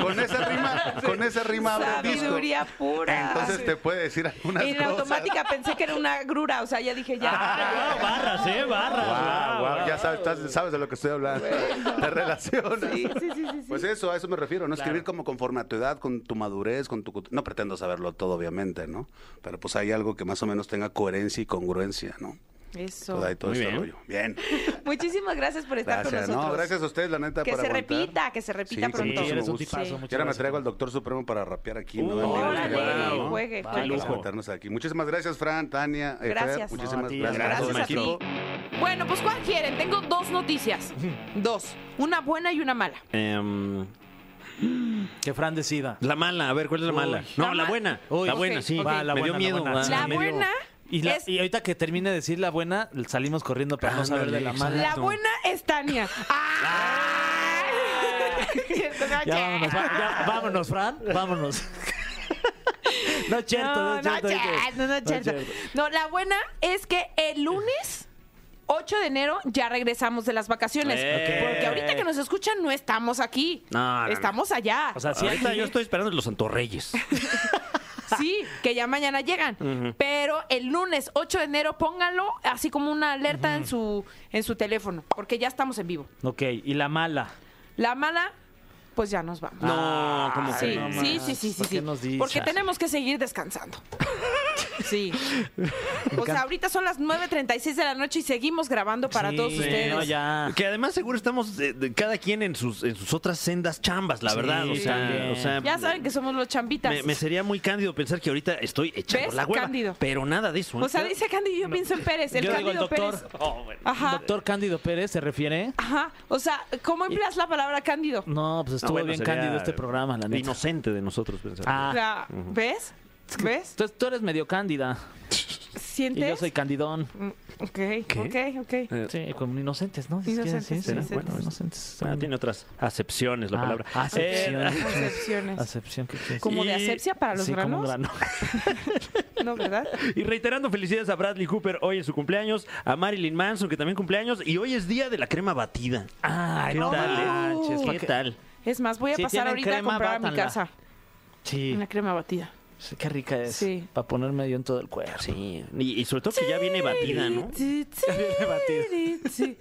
[SPEAKER 6] con esa rima, con esa rima abre el disco.
[SPEAKER 2] Sabiduría pura.
[SPEAKER 6] Entonces te puede decir algunas
[SPEAKER 2] en
[SPEAKER 6] cosas.
[SPEAKER 2] automática pensé que era una grura, o sea, ya dije ya.
[SPEAKER 3] *laughs* Ah, barras, eh, barras.
[SPEAKER 6] Guau,
[SPEAKER 3] guau,
[SPEAKER 6] guau,
[SPEAKER 3] guau.
[SPEAKER 6] ya sabes, estás- sabes de lo que estoy hablando. Te relacionas.
[SPEAKER 2] Sí, sí, sí, sí, sí.
[SPEAKER 6] Pues eso, a eso me refiero, ¿no? Escribir como conforme a tu edad, con tu madurez, con tu... cultu- No pretendo saberlo todo, obviamente, ¿no? Pero pues hay algo que más o menos tenga coherencia y congruencia, ¿no?
[SPEAKER 2] Eso.
[SPEAKER 6] Todo ahí, todo
[SPEAKER 4] Muy
[SPEAKER 6] este
[SPEAKER 4] bien.
[SPEAKER 6] rollo. Bien.
[SPEAKER 2] Muchísimas gracias por estar
[SPEAKER 6] Gracias,
[SPEAKER 2] con nosotros.
[SPEAKER 6] no, gracias a ustedes, la neta,
[SPEAKER 2] Que
[SPEAKER 6] por
[SPEAKER 2] se
[SPEAKER 6] aguantar.
[SPEAKER 2] repita, que se repita
[SPEAKER 6] Sí, con
[SPEAKER 2] pronto.
[SPEAKER 6] muchísimo
[SPEAKER 3] eres un
[SPEAKER 6] gusto.
[SPEAKER 3] tipazo, muchas
[SPEAKER 6] Y ahora me
[SPEAKER 3] gracias.
[SPEAKER 6] traigo al Doctor Supremo para rapear aquí,
[SPEAKER 4] Uh,
[SPEAKER 6] ¿no? En vivo y en
[SPEAKER 2] órale,
[SPEAKER 6] directo, ¿no?
[SPEAKER 2] juegue,
[SPEAKER 6] Para
[SPEAKER 2] juegue.
[SPEAKER 6] conectarnos aquí. Muchísimas gracias, Fran, Tania, eh,
[SPEAKER 2] Gracias.
[SPEAKER 6] Fer, muchísimas
[SPEAKER 3] No, a ti,
[SPEAKER 6] gracias, a todo
[SPEAKER 2] Gracias
[SPEAKER 6] mi
[SPEAKER 2] a ti.
[SPEAKER 6] equipo.
[SPEAKER 2] Bueno, pues ¿cuál quieren? Tengo dos noticias. Dos. Una buena y una mala.
[SPEAKER 4] Em,
[SPEAKER 3] Que Fran decida.
[SPEAKER 4] la mala, a ver, ¿cuál es la mala?
[SPEAKER 3] Uy.
[SPEAKER 4] No,
[SPEAKER 2] La
[SPEAKER 4] la,
[SPEAKER 2] ma-
[SPEAKER 4] buena.
[SPEAKER 3] Uy,
[SPEAKER 4] la
[SPEAKER 3] ok,
[SPEAKER 4] buena, sí.
[SPEAKER 3] ok. Va, la
[SPEAKER 4] me dio
[SPEAKER 3] buena,
[SPEAKER 4] miedo.
[SPEAKER 3] la buena.
[SPEAKER 4] ah,
[SPEAKER 2] La
[SPEAKER 4] me dio-
[SPEAKER 2] buena
[SPEAKER 3] Y, la-
[SPEAKER 2] es-
[SPEAKER 3] y ahorita que termine de decir la buena, salimos corriendo para no saber de la
[SPEAKER 4] Ándale,
[SPEAKER 3] mala.
[SPEAKER 2] La buena es Tania. ¡Ah! *laughs*
[SPEAKER 3] Ya vámonos, va- ya, vámonos, Fran, vámonos. *laughs* No es cierto, no
[SPEAKER 2] No,
[SPEAKER 3] es
[SPEAKER 2] no,
[SPEAKER 3] cierto.
[SPEAKER 2] ya, no, no,
[SPEAKER 3] es
[SPEAKER 2] cierto.
[SPEAKER 3] cierto.
[SPEAKER 2] No, la buena es que el lunes 8 de enero ya regresamos de las vacaciones.
[SPEAKER 4] Eh.
[SPEAKER 2] Porque ahorita que nos escuchan no estamos aquí.
[SPEAKER 4] No, no, no.
[SPEAKER 2] estamos allá.
[SPEAKER 3] O sea, *laughs* sí,
[SPEAKER 4] Ahorita
[SPEAKER 3] aquí-
[SPEAKER 4] yo estoy esperando los Santorreyes.
[SPEAKER 2] Sí, que ya mañana llegan. Pero el lunes 8 de enero pónganlo así como una alerta en su en su teléfono, porque ya estamos en vivo.
[SPEAKER 3] Ok, y la mala.
[SPEAKER 2] La mala, pues ya nos vamos.
[SPEAKER 4] No, como
[SPEAKER 2] Sí,
[SPEAKER 4] que.
[SPEAKER 3] no
[SPEAKER 2] sí,
[SPEAKER 3] manches,
[SPEAKER 2] sí, sí, sí,
[SPEAKER 3] ¿por qué
[SPEAKER 2] sí.
[SPEAKER 3] nos dices?
[SPEAKER 2] Porque tenemos que seguir
[SPEAKER 3] *laughs*
[SPEAKER 2] descansando. Sí. O sea, ahorita son las 9.36 de la noche y seguimos grabando para
[SPEAKER 3] Sí,
[SPEAKER 2] todos ustedes.
[SPEAKER 3] No, ya.
[SPEAKER 4] Que además seguro estamos eh, de- cada quien en sus, en sus otras sendas chambas, la
[SPEAKER 3] Sí,
[SPEAKER 4] verdad. O sea,
[SPEAKER 3] también.
[SPEAKER 4] o sea,
[SPEAKER 2] Ya saben que somos los chambitas.
[SPEAKER 4] me, me sería muy cándido pensar que ahorita estoy echando
[SPEAKER 2] ¿Ves?
[SPEAKER 4] la hueva.
[SPEAKER 2] Cándido.
[SPEAKER 4] Pero nada de eso. ¿eh? Oh,
[SPEAKER 2] o sea, dice Cándido, yo pienso en Pérez, el
[SPEAKER 3] yo digo
[SPEAKER 2] Cándido
[SPEAKER 3] el doctor.
[SPEAKER 2] Pérez. Ajá.
[SPEAKER 3] Doctor Cándido Pérez se refiere.
[SPEAKER 2] Ajá. O sea, ¿cómo empleas la palabra Cándido?
[SPEAKER 3] No, pues
[SPEAKER 4] No,
[SPEAKER 3] estuvo
[SPEAKER 4] bueno,
[SPEAKER 3] bien
[SPEAKER 4] sería
[SPEAKER 3] cándido este programa, la neta.
[SPEAKER 4] Inocente de nosotros pensar.
[SPEAKER 2] O
[SPEAKER 3] Ah,
[SPEAKER 2] sea, ¿ves? ¿Ves?
[SPEAKER 3] entonces tú eres medio cándida. Y
[SPEAKER 2] ¿Sientes?
[SPEAKER 3] yo soy candidón.
[SPEAKER 2] Mm, Ok, ok, ok.
[SPEAKER 4] Eh,
[SPEAKER 3] Sí, como inocentes, ¿no? Es que
[SPEAKER 2] Inocentes,
[SPEAKER 3] así es,
[SPEAKER 2] inocentes.
[SPEAKER 3] ¿no? Bueno, inocentes.
[SPEAKER 4] ah, tiene otras acepciones la
[SPEAKER 3] Ah,
[SPEAKER 4] palabra.
[SPEAKER 3] acepción.
[SPEAKER 4] Eh,
[SPEAKER 2] Concepciones.
[SPEAKER 3] Acepción, ¿qué quieres?
[SPEAKER 2] ¿Como de asepsia para los
[SPEAKER 3] Sí, como un
[SPEAKER 2] granos?
[SPEAKER 3] grano. *laughs*
[SPEAKER 2] No, ¿verdad?
[SPEAKER 4] Eh, y reiterando felicidades a Bradley Cooper hoy en su cumpleaños, a Marilyn Manson que también cumpleaños y hoy es día de la crema batida.
[SPEAKER 3] Ay,
[SPEAKER 4] ¿Qué
[SPEAKER 3] no
[SPEAKER 4] tal? eh?
[SPEAKER 3] manches, ¿para
[SPEAKER 4] ¿Qué
[SPEAKER 3] qué?
[SPEAKER 4] tal?
[SPEAKER 2] Es más, voy a
[SPEAKER 3] Si
[SPEAKER 2] pasar
[SPEAKER 3] tienen
[SPEAKER 2] ahorita
[SPEAKER 3] crema,
[SPEAKER 2] a comprar a mi
[SPEAKER 3] bátanla.
[SPEAKER 2] casa
[SPEAKER 3] Sí,
[SPEAKER 2] una crema batida.
[SPEAKER 3] sí, qué rica es.
[SPEAKER 2] Sí.
[SPEAKER 3] Para ponerme yo en todo el cuerpo.
[SPEAKER 4] Sí, y, y sobre todo que ya viene batida, ¿no?
[SPEAKER 2] *laughs* Sí, sí, sí.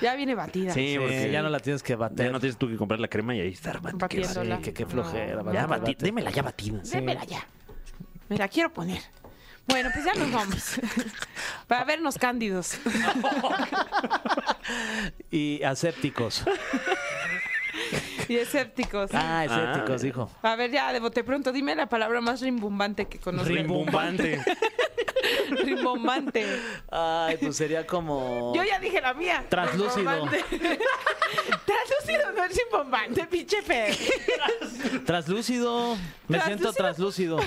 [SPEAKER 2] Ya viene batida.
[SPEAKER 4] Sí,
[SPEAKER 3] Sí,
[SPEAKER 4] porque
[SPEAKER 3] ya no la tienes que bater.
[SPEAKER 4] ya no tienes tú que comprar la crema y ahí estar bat- que
[SPEAKER 2] Batiendo.
[SPEAKER 4] bate.
[SPEAKER 2] la-
[SPEAKER 3] Sí, que qué flojera.
[SPEAKER 2] No.
[SPEAKER 4] Ya
[SPEAKER 3] bate,
[SPEAKER 4] batida,
[SPEAKER 3] bate.
[SPEAKER 4] démela ya batida.
[SPEAKER 2] Démela ya. Me la quiero poner. Bueno, pues ya nos
[SPEAKER 4] *laughs*
[SPEAKER 2] vamos. Para vernos cándidos.
[SPEAKER 3] Y
[SPEAKER 4] *laughs*
[SPEAKER 3] asépticos.
[SPEAKER 2] Y escépticos.
[SPEAKER 3] Ah, asépticos,
[SPEAKER 4] Ah.
[SPEAKER 3] dijo.
[SPEAKER 2] A ver, ya de bote pronto, dime la palabra más rimbombante que conozco.
[SPEAKER 4] Rimbombante.
[SPEAKER 2] *laughs* Rimbombante.
[SPEAKER 3] Ay, pues sería como.
[SPEAKER 2] Yo ya dije la mía.
[SPEAKER 3] Translúcido.
[SPEAKER 2] Rimbombante. *laughs* Translúcido no es rimbombante, pinche fe.
[SPEAKER 3] Translúcido. Me siento translúcido.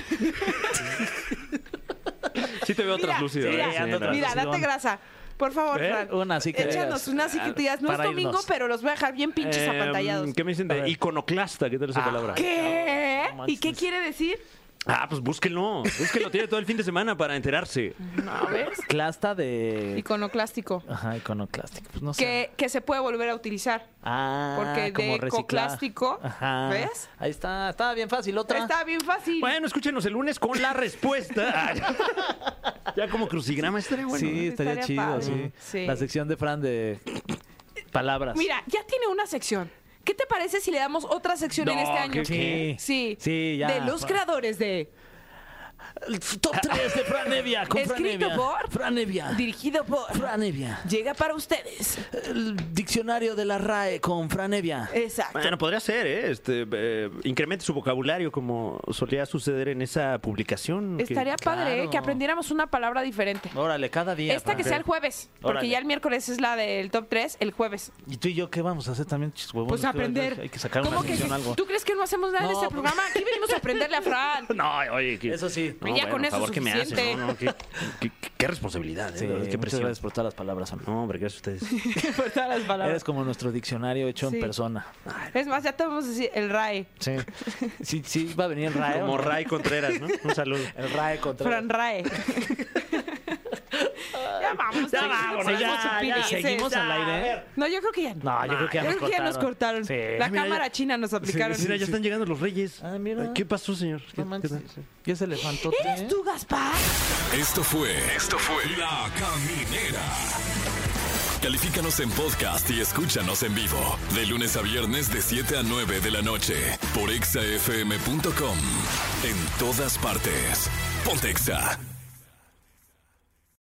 [SPEAKER 4] Sí te veo
[SPEAKER 2] Mira,
[SPEAKER 4] translúcido.
[SPEAKER 2] Mira,
[SPEAKER 4] ¿eh? Sí, la-
[SPEAKER 2] mira,
[SPEAKER 3] translúcido.
[SPEAKER 2] date grasa. Por favor,
[SPEAKER 3] ¿Eh?
[SPEAKER 2] Fran.
[SPEAKER 3] Una así que
[SPEAKER 2] Échanos
[SPEAKER 3] digas.
[SPEAKER 2] una así que te digas. No es
[SPEAKER 3] Para
[SPEAKER 2] domingo,
[SPEAKER 3] irnos.
[SPEAKER 2] pero los voy a dejar bien pinches
[SPEAKER 4] Em,
[SPEAKER 2] apantallados. Ah,
[SPEAKER 4] ¿Qué me dicen
[SPEAKER 3] A
[SPEAKER 4] de
[SPEAKER 3] ver.
[SPEAKER 4] iconoclasta? ¿Qué tal esa palabra?
[SPEAKER 2] ¿Qué?
[SPEAKER 3] No
[SPEAKER 2] ¿Y
[SPEAKER 3] manches.
[SPEAKER 2] qué quiere decir?
[SPEAKER 4] Ah, pues búsquenlo. Búsquenlo, tiene todo el fin de semana para enterarse.
[SPEAKER 2] No, ¿ves?
[SPEAKER 3] Clasta de.
[SPEAKER 2] Iconoclástico.
[SPEAKER 3] Ajá, iconoclástico. Pues no sé.
[SPEAKER 2] Que, que se puede volver a utilizar.
[SPEAKER 3] Ah,
[SPEAKER 2] Porque
[SPEAKER 3] como
[SPEAKER 2] de
[SPEAKER 3] reciclar.
[SPEAKER 2] coplástico,
[SPEAKER 3] Ajá.
[SPEAKER 2] ¿ves?
[SPEAKER 3] Ahí está, estaba bien fácil. Otra.
[SPEAKER 2] Está bien fácil.
[SPEAKER 4] Bueno, escúchenos el lunes con
[SPEAKER 2] *laughs*
[SPEAKER 4] la respuesta. Ah, ya- ya como crucigrama estaría bueno.
[SPEAKER 3] sí,
[SPEAKER 4] ¿eh?
[SPEAKER 3] estaría,
[SPEAKER 2] Estaría
[SPEAKER 3] chido,
[SPEAKER 2] padre.
[SPEAKER 3] sí.
[SPEAKER 2] Sí.
[SPEAKER 3] La sección de Fran de palabras.
[SPEAKER 2] Mira, ya tiene una sección. ¿Qué te parece si le damos otra sección en
[SPEAKER 4] No,
[SPEAKER 2] este año?
[SPEAKER 4] ¿qué-
[SPEAKER 3] qué?
[SPEAKER 2] Sí.
[SPEAKER 3] Sí, ya.
[SPEAKER 2] De los creadores de
[SPEAKER 3] El Top 3 de Fran Evia. Con Fran
[SPEAKER 2] Escrito
[SPEAKER 3] Evia.
[SPEAKER 2] por-
[SPEAKER 3] Fran Evia.
[SPEAKER 2] Dirigido por.
[SPEAKER 3] Fran Evia.
[SPEAKER 2] Llega para ustedes.
[SPEAKER 3] El diccionario de la RAE con Fran Evia.
[SPEAKER 2] Exacto.
[SPEAKER 4] Bueno, podría ser, ¿eh? Este, eh, incremente su vocabulario como solía suceder en esa publicación. que-
[SPEAKER 2] Estaría padre
[SPEAKER 7] Claro.
[SPEAKER 2] eh, que aprendiéramos una palabra diferente.
[SPEAKER 7] Órale, cada día.
[SPEAKER 2] Esta que
[SPEAKER 7] Fran.
[SPEAKER 2] sea el jueves, porque
[SPEAKER 7] Órale.
[SPEAKER 2] ya el miércoles es la del top 3, el jueves.
[SPEAKER 7] ¿Y tú y yo qué vamos a hacer también, chis huevones?
[SPEAKER 2] Pues
[SPEAKER 7] ¿Qué
[SPEAKER 2] aprender.
[SPEAKER 7] Hay hay que sacar una
[SPEAKER 2] ¿Cómo que
[SPEAKER 7] sección
[SPEAKER 2] si-
[SPEAKER 7] algo.
[SPEAKER 2] ¿Tú crees que no hacemos nada en
[SPEAKER 7] No,
[SPEAKER 2] este
[SPEAKER 7] pues-
[SPEAKER 2] programa? Aquí venimos a aprenderle
[SPEAKER 7] *laughs*
[SPEAKER 2] a Fran.
[SPEAKER 4] No, oye, que-
[SPEAKER 7] Eso sí.
[SPEAKER 2] Pues
[SPEAKER 4] No,
[SPEAKER 2] Ya con eso es
[SPEAKER 4] favor, ¿qué me hace?
[SPEAKER 2] suficiente.
[SPEAKER 4] No, no, qué, qué- qué responsabilidad, ¿eh?
[SPEAKER 7] Sí,
[SPEAKER 4] Qué
[SPEAKER 7] muchas
[SPEAKER 4] presión.
[SPEAKER 7] gracias por todas las palabras, amigo.
[SPEAKER 4] No, hombre, gracias
[SPEAKER 2] *laughs*
[SPEAKER 4] a ustedes.
[SPEAKER 7] pues Eres como nuestro diccionario hecho
[SPEAKER 2] Sí.
[SPEAKER 7] en persona.
[SPEAKER 2] Es más, ya te vamos a decir el RAE.
[SPEAKER 7] Sí. sí, sí, va a venir el RAE.
[SPEAKER 4] Como
[SPEAKER 7] ¿no?
[SPEAKER 4] Ray Contreras, ¿no? Un saludo.
[SPEAKER 7] El RAE contra... *laughs*
[SPEAKER 2] Fran RAE. ya vamos.
[SPEAKER 4] Ya vámonos, ya, ya.
[SPEAKER 2] supidices.
[SPEAKER 7] ¿Seguimos al aire? ¿eh?
[SPEAKER 2] A ver. No, yo creo que ya no.
[SPEAKER 7] No, yo creo que ya
[SPEAKER 2] Yo
[SPEAKER 7] nos
[SPEAKER 2] creo que ya
[SPEAKER 7] cortaron.
[SPEAKER 2] nos cortaron.
[SPEAKER 7] Sí.
[SPEAKER 2] La
[SPEAKER 4] mira,
[SPEAKER 2] cámara
[SPEAKER 4] ya-
[SPEAKER 2] china
[SPEAKER 7] *laughs*
[SPEAKER 2] nos aplicaron.
[SPEAKER 4] Mira, ya están llegando los reyes.
[SPEAKER 7] Ah, mira.
[SPEAKER 4] ¿Qué pasó, señor? ¿Qué-
[SPEAKER 7] No manches.
[SPEAKER 4] qué tal?
[SPEAKER 7] ¿Y ese elefantote?
[SPEAKER 2] ¿Eres tú, Gaspar?
[SPEAKER 1] Esto fue. Esto fue. La Caminera. Califícanos en podcast y escúchanos en vivo. De lunes a viernes de 7 a 9 de la noche. Por exafm.com. En todas partes. Pontexa.